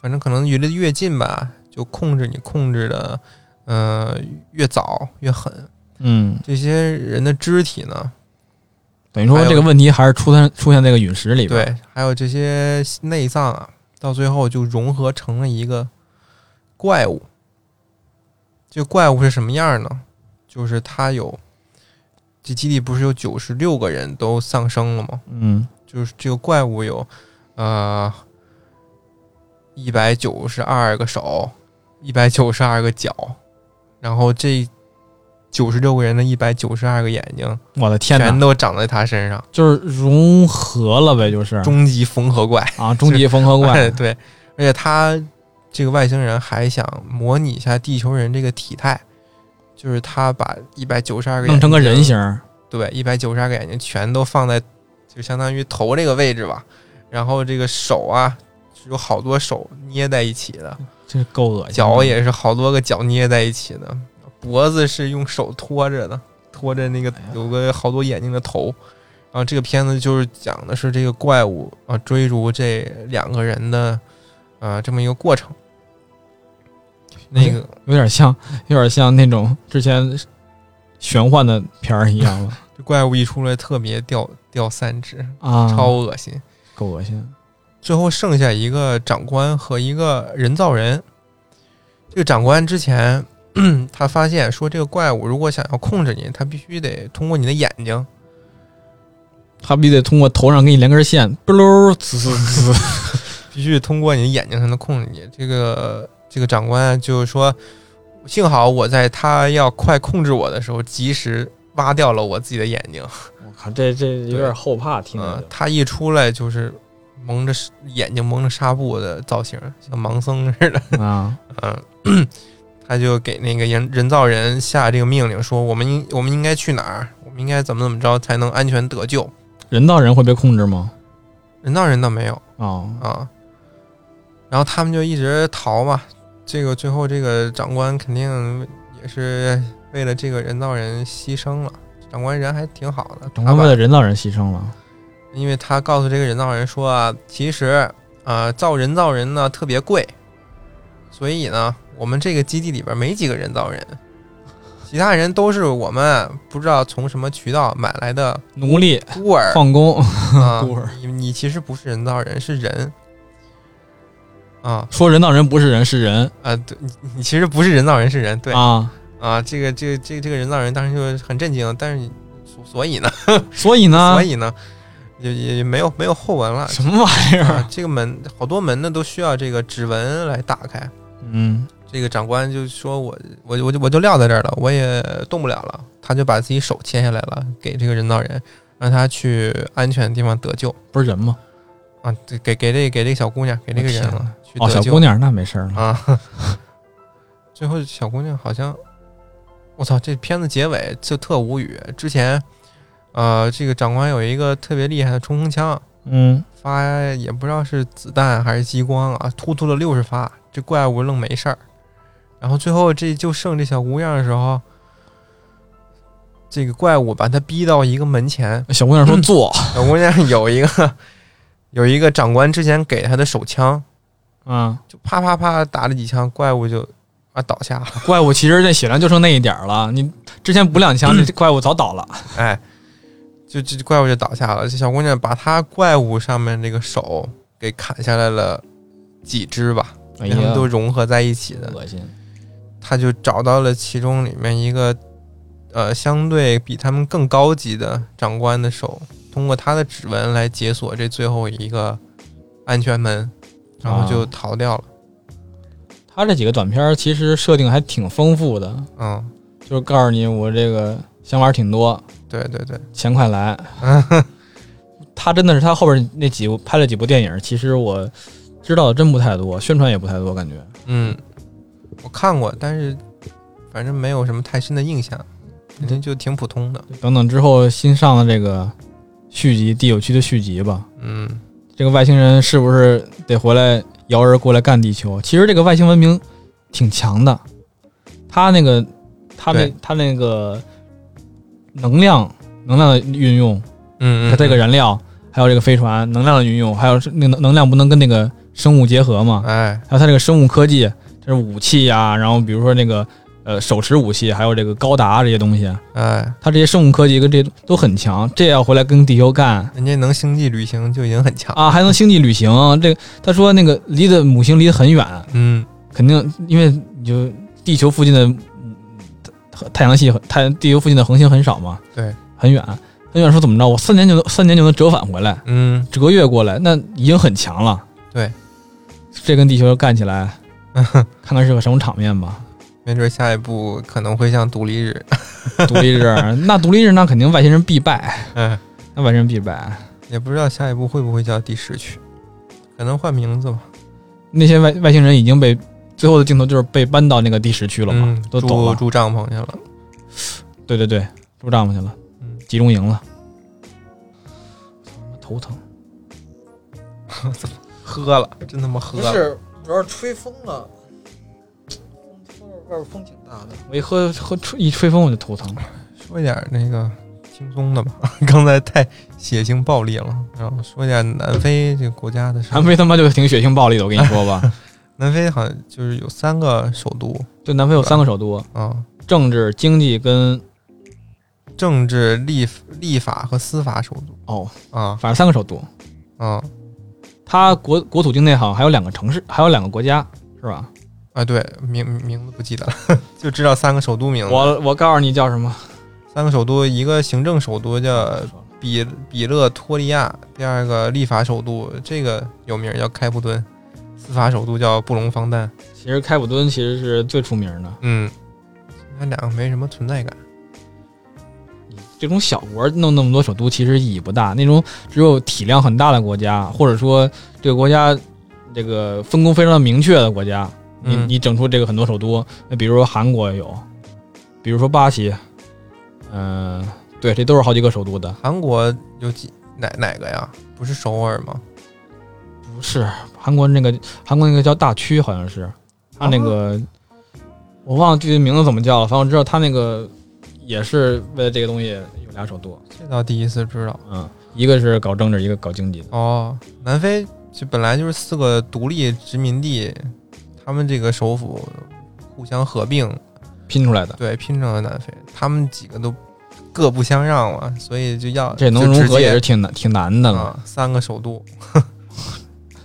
[SPEAKER 2] 反正可能离得越近吧，就控制你控制的，呃，越早越狠。
[SPEAKER 1] 嗯，
[SPEAKER 2] 这些人的肢体呢，
[SPEAKER 1] 等于说
[SPEAKER 2] 还有
[SPEAKER 1] 这个问题还是出现出现在这个陨石里边。，
[SPEAKER 2] 对，还有这些内脏啊，到最后就融合成了一个怪物。这怪物是什么样呢？就是它有，这基地不是有九十六个人都丧生了吗？
[SPEAKER 1] 嗯
[SPEAKER 2] 就是这个怪物有，呃，一百九十二个手，一百九十二个脚，然后这九十六个人的一百九十二个眼睛
[SPEAKER 1] 我的天
[SPEAKER 2] 全
[SPEAKER 1] 哪，
[SPEAKER 2] 都长在他身上，
[SPEAKER 1] 就是融合了呗，就是
[SPEAKER 2] 终极缝合怪。
[SPEAKER 1] 啊，终极嗯缝合 怪。
[SPEAKER 2] 对，而且他这个外星人还想模拟一下地球人这个体态，就是他把一百九十二个
[SPEAKER 1] 弄成个
[SPEAKER 2] 眼睛
[SPEAKER 1] 人形儿，
[SPEAKER 2] 对，一百九十二个眼睛全都放在就相当于头这个位置吧，然后这个手啊有好多手捏在一起的，
[SPEAKER 1] 这够恶心。
[SPEAKER 2] 脚，也是好多个脚捏在一起的，脖子是用手托着的，托着那个
[SPEAKER 1] 哎呀
[SPEAKER 2] 有个好多眼睛的头。然后这个片子就是讲的是这个怪物啊追逐这两个人的呃这么一个过程。
[SPEAKER 1] 哎
[SPEAKER 2] 那个
[SPEAKER 1] 有点像，有点像那种之前玄幻的片儿一样 了
[SPEAKER 2] 这怪物一出来特别掉掉三指，
[SPEAKER 1] 啊，
[SPEAKER 2] 超恶心。
[SPEAKER 1] 够恶心。
[SPEAKER 2] 最后剩下一个长官和一个人造人。这个长官之前 他发现说，这个怪物如果想要控制你，他必须得通过你的眼睛，
[SPEAKER 1] 他必须得通过头上给你连根线，不溜，滋滋滋。
[SPEAKER 2] 必须通过你的眼睛才能控制你。这个这个长官就是说，幸好我在他要快控制我的时候，及时挖掉了我自己的眼睛。
[SPEAKER 1] 我靠，这这有
[SPEAKER 2] 点
[SPEAKER 1] 后怕，听
[SPEAKER 2] 嗯、他一出来就是蒙着眼睛蒙着纱布的造型，像盲僧似的。
[SPEAKER 1] 啊，
[SPEAKER 2] 嗯，他就给那个人人造人下这个命令，说我们应我们应该去哪儿，我们应该怎么怎么着才能安全得救。
[SPEAKER 1] 人造人会被控制吗？
[SPEAKER 2] 人造人倒没有
[SPEAKER 1] 哦，
[SPEAKER 2] 啊，然后他们就一直逃嘛。这个最后这个长官肯定也是为了这个人造人牺牲了。长官人还挺好的，
[SPEAKER 1] 长
[SPEAKER 2] 他
[SPEAKER 1] 官为
[SPEAKER 2] 把
[SPEAKER 1] 了人造人牺牲了。
[SPEAKER 2] 因为他告诉这个人造人说啊，其实呃造人造人呢特别贵，所以呢我们这个基地里边没几个人造人，其他人都是我们不知道从什么渠道买来的
[SPEAKER 1] 奴隶
[SPEAKER 2] 孤 儿
[SPEAKER 1] 矿工
[SPEAKER 2] 啊
[SPEAKER 1] 孤儿，
[SPEAKER 2] 你你其实不是人造人，是人。啊
[SPEAKER 1] 说人造人不是人是人
[SPEAKER 2] 啊，对你你其实不是人造人，是人，对啊
[SPEAKER 1] 啊，
[SPEAKER 2] 这个这个这个这个人造人当时就很震惊，但是你所所以呢，
[SPEAKER 1] 所以呢
[SPEAKER 2] 所，以呢，也也也没有没有后文了，
[SPEAKER 1] 什么玩意
[SPEAKER 2] 啊
[SPEAKER 1] 儿？，
[SPEAKER 2] 这个门好多门呢都需要这个指纹来打开。
[SPEAKER 1] 嗯，
[SPEAKER 2] 这个长官就说我我我就我就撂在这儿了，我也动不了了。他就把自己手切下来了，给这个人造人，让他去安全的地方得救
[SPEAKER 1] 不是人吗？
[SPEAKER 2] 啊，这给给这给这个小姑娘，给这个人
[SPEAKER 1] 我天
[SPEAKER 2] 了
[SPEAKER 1] 哪
[SPEAKER 2] 去
[SPEAKER 1] 哦，
[SPEAKER 2] 得
[SPEAKER 1] 小
[SPEAKER 2] 救、
[SPEAKER 1] 姑娘那没事儿了。
[SPEAKER 2] 啊。 最后小姑娘好像，我操，这片子结尾就特无语。之前，呃，这个长官有一个特别厉害的冲锋枪，
[SPEAKER 1] 嗯，
[SPEAKER 2] 发也不知道是子弹还是激光啊，突突了六十发，这怪物愣没事儿。然后最后这就剩这小姑娘的时候，这个怪物把她逼到一个门前，
[SPEAKER 1] 小姑娘说 坐
[SPEAKER 2] 小姑娘 有一个有一个长官之前给她的手枪，
[SPEAKER 1] 啊。
[SPEAKER 2] 就啪啪啪打了几枪，怪物就啊倒下了。
[SPEAKER 1] 怪物其实这血量就剩那一点儿了，你之前补两枪，这怪物早倒了。
[SPEAKER 2] 哎，就这怪物就倒下了。这小姑娘把她怪物上面这个手给砍下来了几只吧，
[SPEAKER 1] 哎
[SPEAKER 2] 然后
[SPEAKER 1] 呀，
[SPEAKER 2] 都融合在一起的。
[SPEAKER 1] 恶心！
[SPEAKER 2] 他就找到了其中里面一个呃相对比他们更高级的长官的手，通过他的指纹来解锁这最后一个安全门，然后就
[SPEAKER 1] 啊
[SPEAKER 2] 逃掉了。
[SPEAKER 1] 他这几个短片儿其实设定还挺丰富的，
[SPEAKER 2] 嗯，
[SPEAKER 1] 就是告诉你我这个想法儿挺多，
[SPEAKER 2] 对对对，
[SPEAKER 1] 钱快 来。他真的是他后边那几部拍了几部电影，其实我知道的真不太多，宣传也不太多，感觉
[SPEAKER 2] 嗯，我看过，但是反正没有什么太深的印象，
[SPEAKER 1] 嗯
[SPEAKER 2] 肯定就挺普通的。
[SPEAKER 1] 等等之后新上的这个续集《第九区》的续集吧，
[SPEAKER 2] 嗯，
[SPEAKER 1] 这个外星人是不是得回来摇人过来干地球？其实这个外星文明挺强的，他那个他那
[SPEAKER 2] 对
[SPEAKER 1] 他那个能量能量的运用
[SPEAKER 2] 嗯，
[SPEAKER 1] 它这个燃料，还有这个飞船能量的运用，还有是那个能能量不能跟那个生物结合嘛？
[SPEAKER 2] 哎，
[SPEAKER 1] 还有它这个生物科技，这是武器呀、然后比如说那个呃手持武器，还有这个高达这些东西，啊
[SPEAKER 2] 哎，
[SPEAKER 1] 它这些生物科技跟这些都很强，这要回来跟地球干
[SPEAKER 2] 人家能星际旅行就已经很强。
[SPEAKER 1] 啊，还能星际旅行。这个他说那个离的母星离得很远，
[SPEAKER 2] 嗯，
[SPEAKER 1] 肯定因为你就地球附近的嗯太太阳系很太地球附近的恒星很少嘛，
[SPEAKER 2] 对，
[SPEAKER 1] 很远很远说怎么着，我三年就能三年就能折返回来。
[SPEAKER 2] 嗯，
[SPEAKER 1] 折越过来，那已经很强了。
[SPEAKER 2] 对，
[SPEAKER 1] 这跟地球干起 来，看看是个什么场面吧。
[SPEAKER 2] 没准下一步可能会像独立日。
[SPEAKER 1] 独立日，那独立日那肯定外星人必败，
[SPEAKER 2] 嗯，
[SPEAKER 1] 那外星人必败。
[SPEAKER 2] 也不知道下一步会不会叫第十区，可能换名字吧。
[SPEAKER 1] 那些外外星人已经被最后的镜头就是被搬到那个第十区了嘛，
[SPEAKER 2] 嗯，
[SPEAKER 1] 都走
[SPEAKER 2] 住
[SPEAKER 1] 了。
[SPEAKER 2] 住帐篷去了。
[SPEAKER 1] 对对对，住帐篷去了，
[SPEAKER 2] 嗯，
[SPEAKER 1] 集中营了。操他妈头疼，
[SPEAKER 2] 喝了，真他妈喝
[SPEAKER 3] 不
[SPEAKER 2] 了。
[SPEAKER 3] 是，主要是吹风了，风吹外边风挺大的。
[SPEAKER 1] 我一喝喝吹一吹风我就头疼。
[SPEAKER 2] 说一点那个轻松的吧， 刚才太血腥暴力了。然后说一点南非这个国家的事。
[SPEAKER 1] 南非他妈就挺血腥暴力的，我跟你说 吧，
[SPEAKER 2] 南非好像就是有三个首都
[SPEAKER 1] 就南非有三个首都，
[SPEAKER 2] 啊，
[SPEAKER 1] 政治、经济跟
[SPEAKER 2] 政治、立立法和司法首都
[SPEAKER 1] 哦，
[SPEAKER 2] 啊
[SPEAKER 1] 反正三个首都。
[SPEAKER 2] 啊
[SPEAKER 1] 它国国土境内好像还有两个城市，还有两个国家，是吧？
[SPEAKER 2] 啊！对，名名字不记得了， 就知道三个首都名字。
[SPEAKER 1] 我我告诉你叫什么？
[SPEAKER 2] 三个首都，一个行政首都叫比比勒托利亚，第二个立法首都这个有名儿叫开普敦，司法首都叫布隆方丹。
[SPEAKER 1] 其实开普敦其实是最出名的，
[SPEAKER 2] 嗯，那两个没什么存在感。
[SPEAKER 1] 这种小国弄那么多首都其实意义不大。那种只有体量很大的国家，或者说这个国家这个分工非常明确的国家，你
[SPEAKER 2] 嗯
[SPEAKER 1] 你整出这个很多首都，那比如说韩国有，比如说巴西，嗯、对，这都是好几个首都的。
[SPEAKER 2] 韩国有几哪哪个呀？不是首尔吗？
[SPEAKER 1] 不是韩国那个韩国那个叫大区，好像是他那个、我忘了具体名字怎么叫了，反正我知道他那个也是为了这个东西有俩首都，
[SPEAKER 2] 这倒第一次知道。
[SPEAKER 1] 嗯，一个是搞政治，一个搞经济的。
[SPEAKER 2] 哦，南非就本来就是四个独立殖民地，他们这个首府互相合并，
[SPEAKER 1] 拼出来的，
[SPEAKER 2] 对，拼成了南非。他们几个都各不相让了，所以就要
[SPEAKER 1] 这能
[SPEAKER 2] 就直
[SPEAKER 1] 融合
[SPEAKER 2] 接
[SPEAKER 1] 也是挺难挺难的了。
[SPEAKER 2] 啊，三个首都。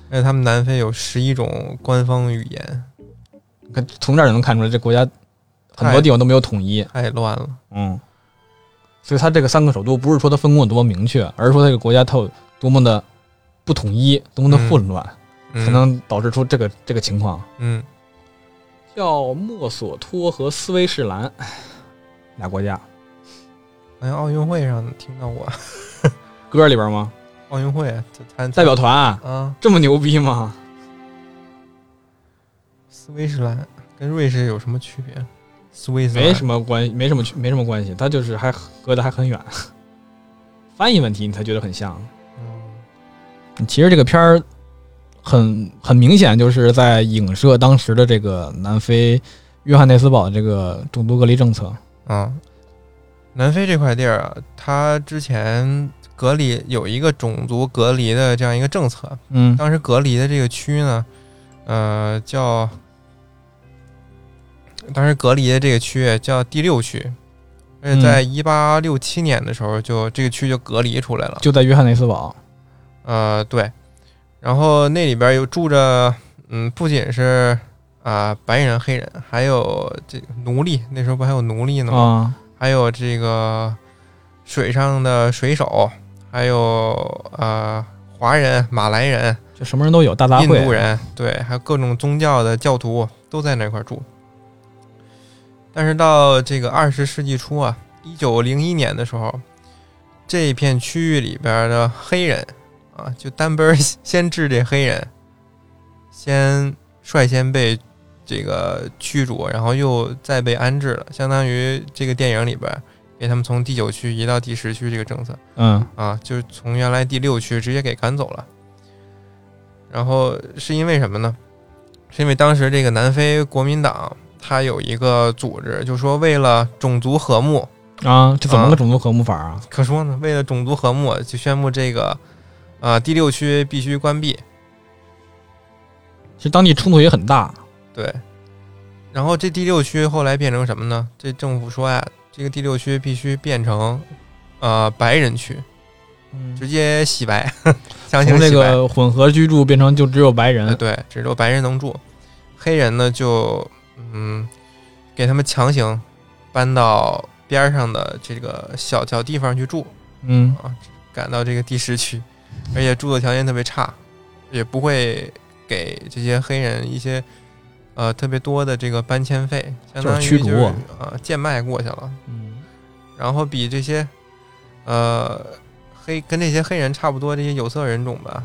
[SPEAKER 2] 而且他们南非有十一种官方语言，
[SPEAKER 1] 看从这儿就能看出来，这国家很多地方都没有统一，
[SPEAKER 2] 太乱了。
[SPEAKER 1] 嗯，所以它这个三个首都不是说它分工有多么明确，而是说这个国家它有多么的不统一，多么的混乱，
[SPEAKER 2] 嗯、
[SPEAKER 1] 才能导致出这个这个情况。
[SPEAKER 2] 嗯，
[SPEAKER 1] 叫墨索托和斯威士兰俩国家，
[SPEAKER 2] 好像哎奥运会上听到过，
[SPEAKER 1] 歌里边吗？
[SPEAKER 2] 奥运会啊就他
[SPEAKER 1] 代表团
[SPEAKER 2] 啊，
[SPEAKER 1] 这么牛逼吗？
[SPEAKER 2] 斯威士兰跟瑞士有什么区别？斯威斯兰
[SPEAKER 1] 没什么关系，没什么区没什么关系，它就是还隔得还很远。 翻译问题你才觉得很像。
[SPEAKER 2] 嗯
[SPEAKER 1] 其实这个片儿很很明显就是在影射当时的这个南非约翰内斯堡的这个种族隔离政策。
[SPEAKER 2] 啊，南非这块地儿啊，它之前隔离有一个种族隔离的这样一个政策，
[SPEAKER 1] 嗯
[SPEAKER 2] 当时隔离的这个区呢，呃，叫当时隔离的这个区叫第六区，而且在一八六七年的时候就这个区就隔离出来了。
[SPEAKER 1] 就在约翰内斯堡，
[SPEAKER 2] 呃，对，然后那里边有住着，嗯，不仅是啊、白人、黑人，还有这个奴隶，那时候不还有奴隶呢吗？
[SPEAKER 1] 啊、
[SPEAKER 2] 还有这个水上的水手，还有呃华人、马来人、
[SPEAKER 1] 就什么人都有，大杂
[SPEAKER 2] 印
[SPEAKER 1] 烩。
[SPEAKER 2] 度人，对，还有各种宗教的教徒都在那块儿住。但是到这个二十世纪初啊，一九零一年的时候，这片区域里边的黑人啊，就单奔儿先治这黑人，先率先被这个驱逐，然后又再被安置了，相当于这个电影里边儿给他们从第九区移到第十区这个政策。
[SPEAKER 1] 嗯
[SPEAKER 2] 啊，就是从原来第六区直接给赶走了。然后是因为什么呢？是因为当时这个南非国民党他有一个组织，就说为了种族和睦，
[SPEAKER 1] 啊，这怎么个种族和睦法啊？
[SPEAKER 2] 可说呢，为了种族和睦，就宣布这个，呃，第六区必须关闭。
[SPEAKER 1] 其实当地冲突也很大，
[SPEAKER 2] 对，然后这第六区后来变成什么呢？这政府说呀、这个第六区必须变成，呃，白人区，
[SPEAKER 1] 嗯
[SPEAKER 2] 直接洗白， 强行
[SPEAKER 1] 从这
[SPEAKER 2] 洗白。
[SPEAKER 1] 个混合居住变成就只有白
[SPEAKER 2] 呃
[SPEAKER 1] 人，
[SPEAKER 2] 对，只有白人能住，黑人呢就嗯，给他们强行搬到边儿上的这个小小地方去住。
[SPEAKER 1] 嗯，
[SPEAKER 2] 啊，赶到这个第十区，而且住的条件特别差，也不会给这些黑人一些呃特别多的这个搬迁费，相
[SPEAKER 1] 就是
[SPEAKER 2] 当于
[SPEAKER 1] 驱
[SPEAKER 2] 就
[SPEAKER 1] 逐
[SPEAKER 2] 是
[SPEAKER 1] 啊
[SPEAKER 2] 啊贱卖过去了。
[SPEAKER 1] 嗯
[SPEAKER 2] 然后比这些呃黑跟这些黑人差不多这些有色人种吧，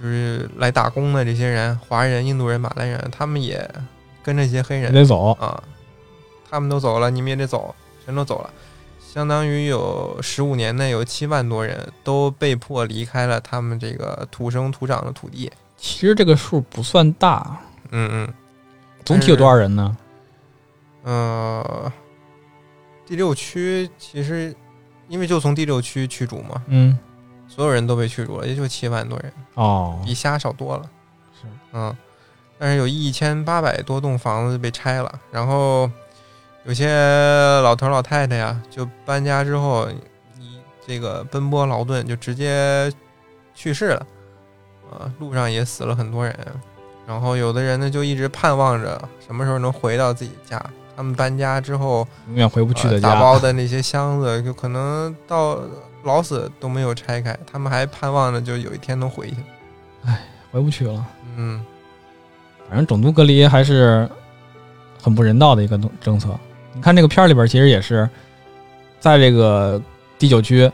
[SPEAKER 2] 就是来打工的这些人，华人、印度人、马来人，他们也跟这些黑
[SPEAKER 1] 也
[SPEAKER 2] 人
[SPEAKER 1] 得走，
[SPEAKER 2] 啊，他们都走了，你们也得走，全都走了，相当于有十五年内有七万多人都被迫离开了他们这个土生土长的土地。
[SPEAKER 1] 其实这个数不算大，
[SPEAKER 2] 嗯嗯
[SPEAKER 1] 总体有多少人呢？
[SPEAKER 2] 呃，第六区其实因为就从第六区驱逐嘛，
[SPEAKER 1] 嗯，
[SPEAKER 2] 所有人都被驱逐了，也就七万多人，
[SPEAKER 1] 哦，
[SPEAKER 2] 比虾少多了。
[SPEAKER 1] 是，
[SPEAKER 2] 嗯，但是有一千八百多栋房子被拆了，然后有些老头儿老太太呀，就搬家之后，你这个奔波劳顿就直接去世了，啊，路上也死了很多人，然后有的人呢就一直盼望着什么时候能回到自己家。他们搬家之后，
[SPEAKER 1] 永远回不去的
[SPEAKER 2] 呃打
[SPEAKER 1] 家，
[SPEAKER 2] 包的那些箱子，就可能到老死都没有拆开，他们还盼望着就有一天能回去。
[SPEAKER 1] 回不去了。
[SPEAKER 2] 嗯，
[SPEAKER 1] 反正种族隔离还是很不人道的一个东政策。你看这个片儿里边，其实也是在这个第九区，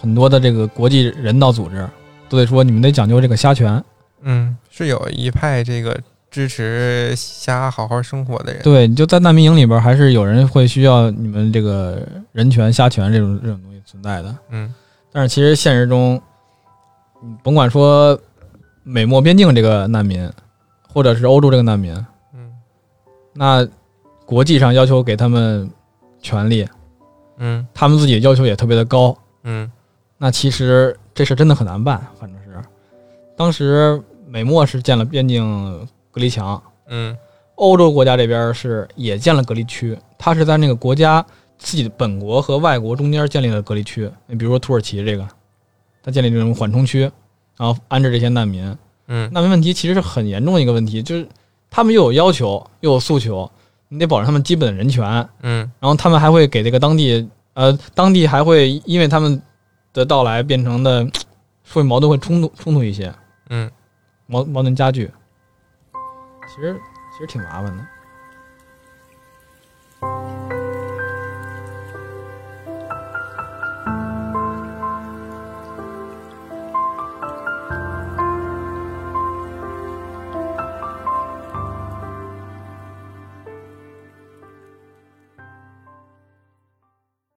[SPEAKER 1] 很多的这个国际人道组织都得说，你们得讲究这个虾权。
[SPEAKER 2] 嗯，是有一派这个支持虾好好生活的人。
[SPEAKER 1] 对，你就在难民营里边，还是有人会需要你们这个人权、虾权这种这种东西存在的。
[SPEAKER 2] 嗯
[SPEAKER 1] 但是其实现实中，嗯甭管说美墨边境这个难民，或者是欧洲这个难民，
[SPEAKER 2] 嗯
[SPEAKER 1] 那国际上要求给他们权利，
[SPEAKER 2] 嗯
[SPEAKER 1] 他们自己的要求也特别的高。
[SPEAKER 2] 嗯
[SPEAKER 1] 那其实这事真的很难办，反正是当时美墨是建了边境隔离墙，
[SPEAKER 2] 嗯
[SPEAKER 1] 欧洲国家这边是也建了隔离区，它是在那个国家自己的本国和外国中间建立了隔离区。你比如说土耳其这个，它建立这种缓冲区，然后安置这些难民。
[SPEAKER 2] 嗯
[SPEAKER 1] 难民问题其实是很严重的一个问题，就是他们又有要求又有诉求，你得保证他们基本的人权，
[SPEAKER 2] 嗯
[SPEAKER 1] 然后他们还会给这个当地，呃，当地还会因为他们的到来变成的，会矛盾会冲突冲突一些，
[SPEAKER 2] 嗯，
[SPEAKER 1] 矛矛盾加剧，其实其实挺麻烦的。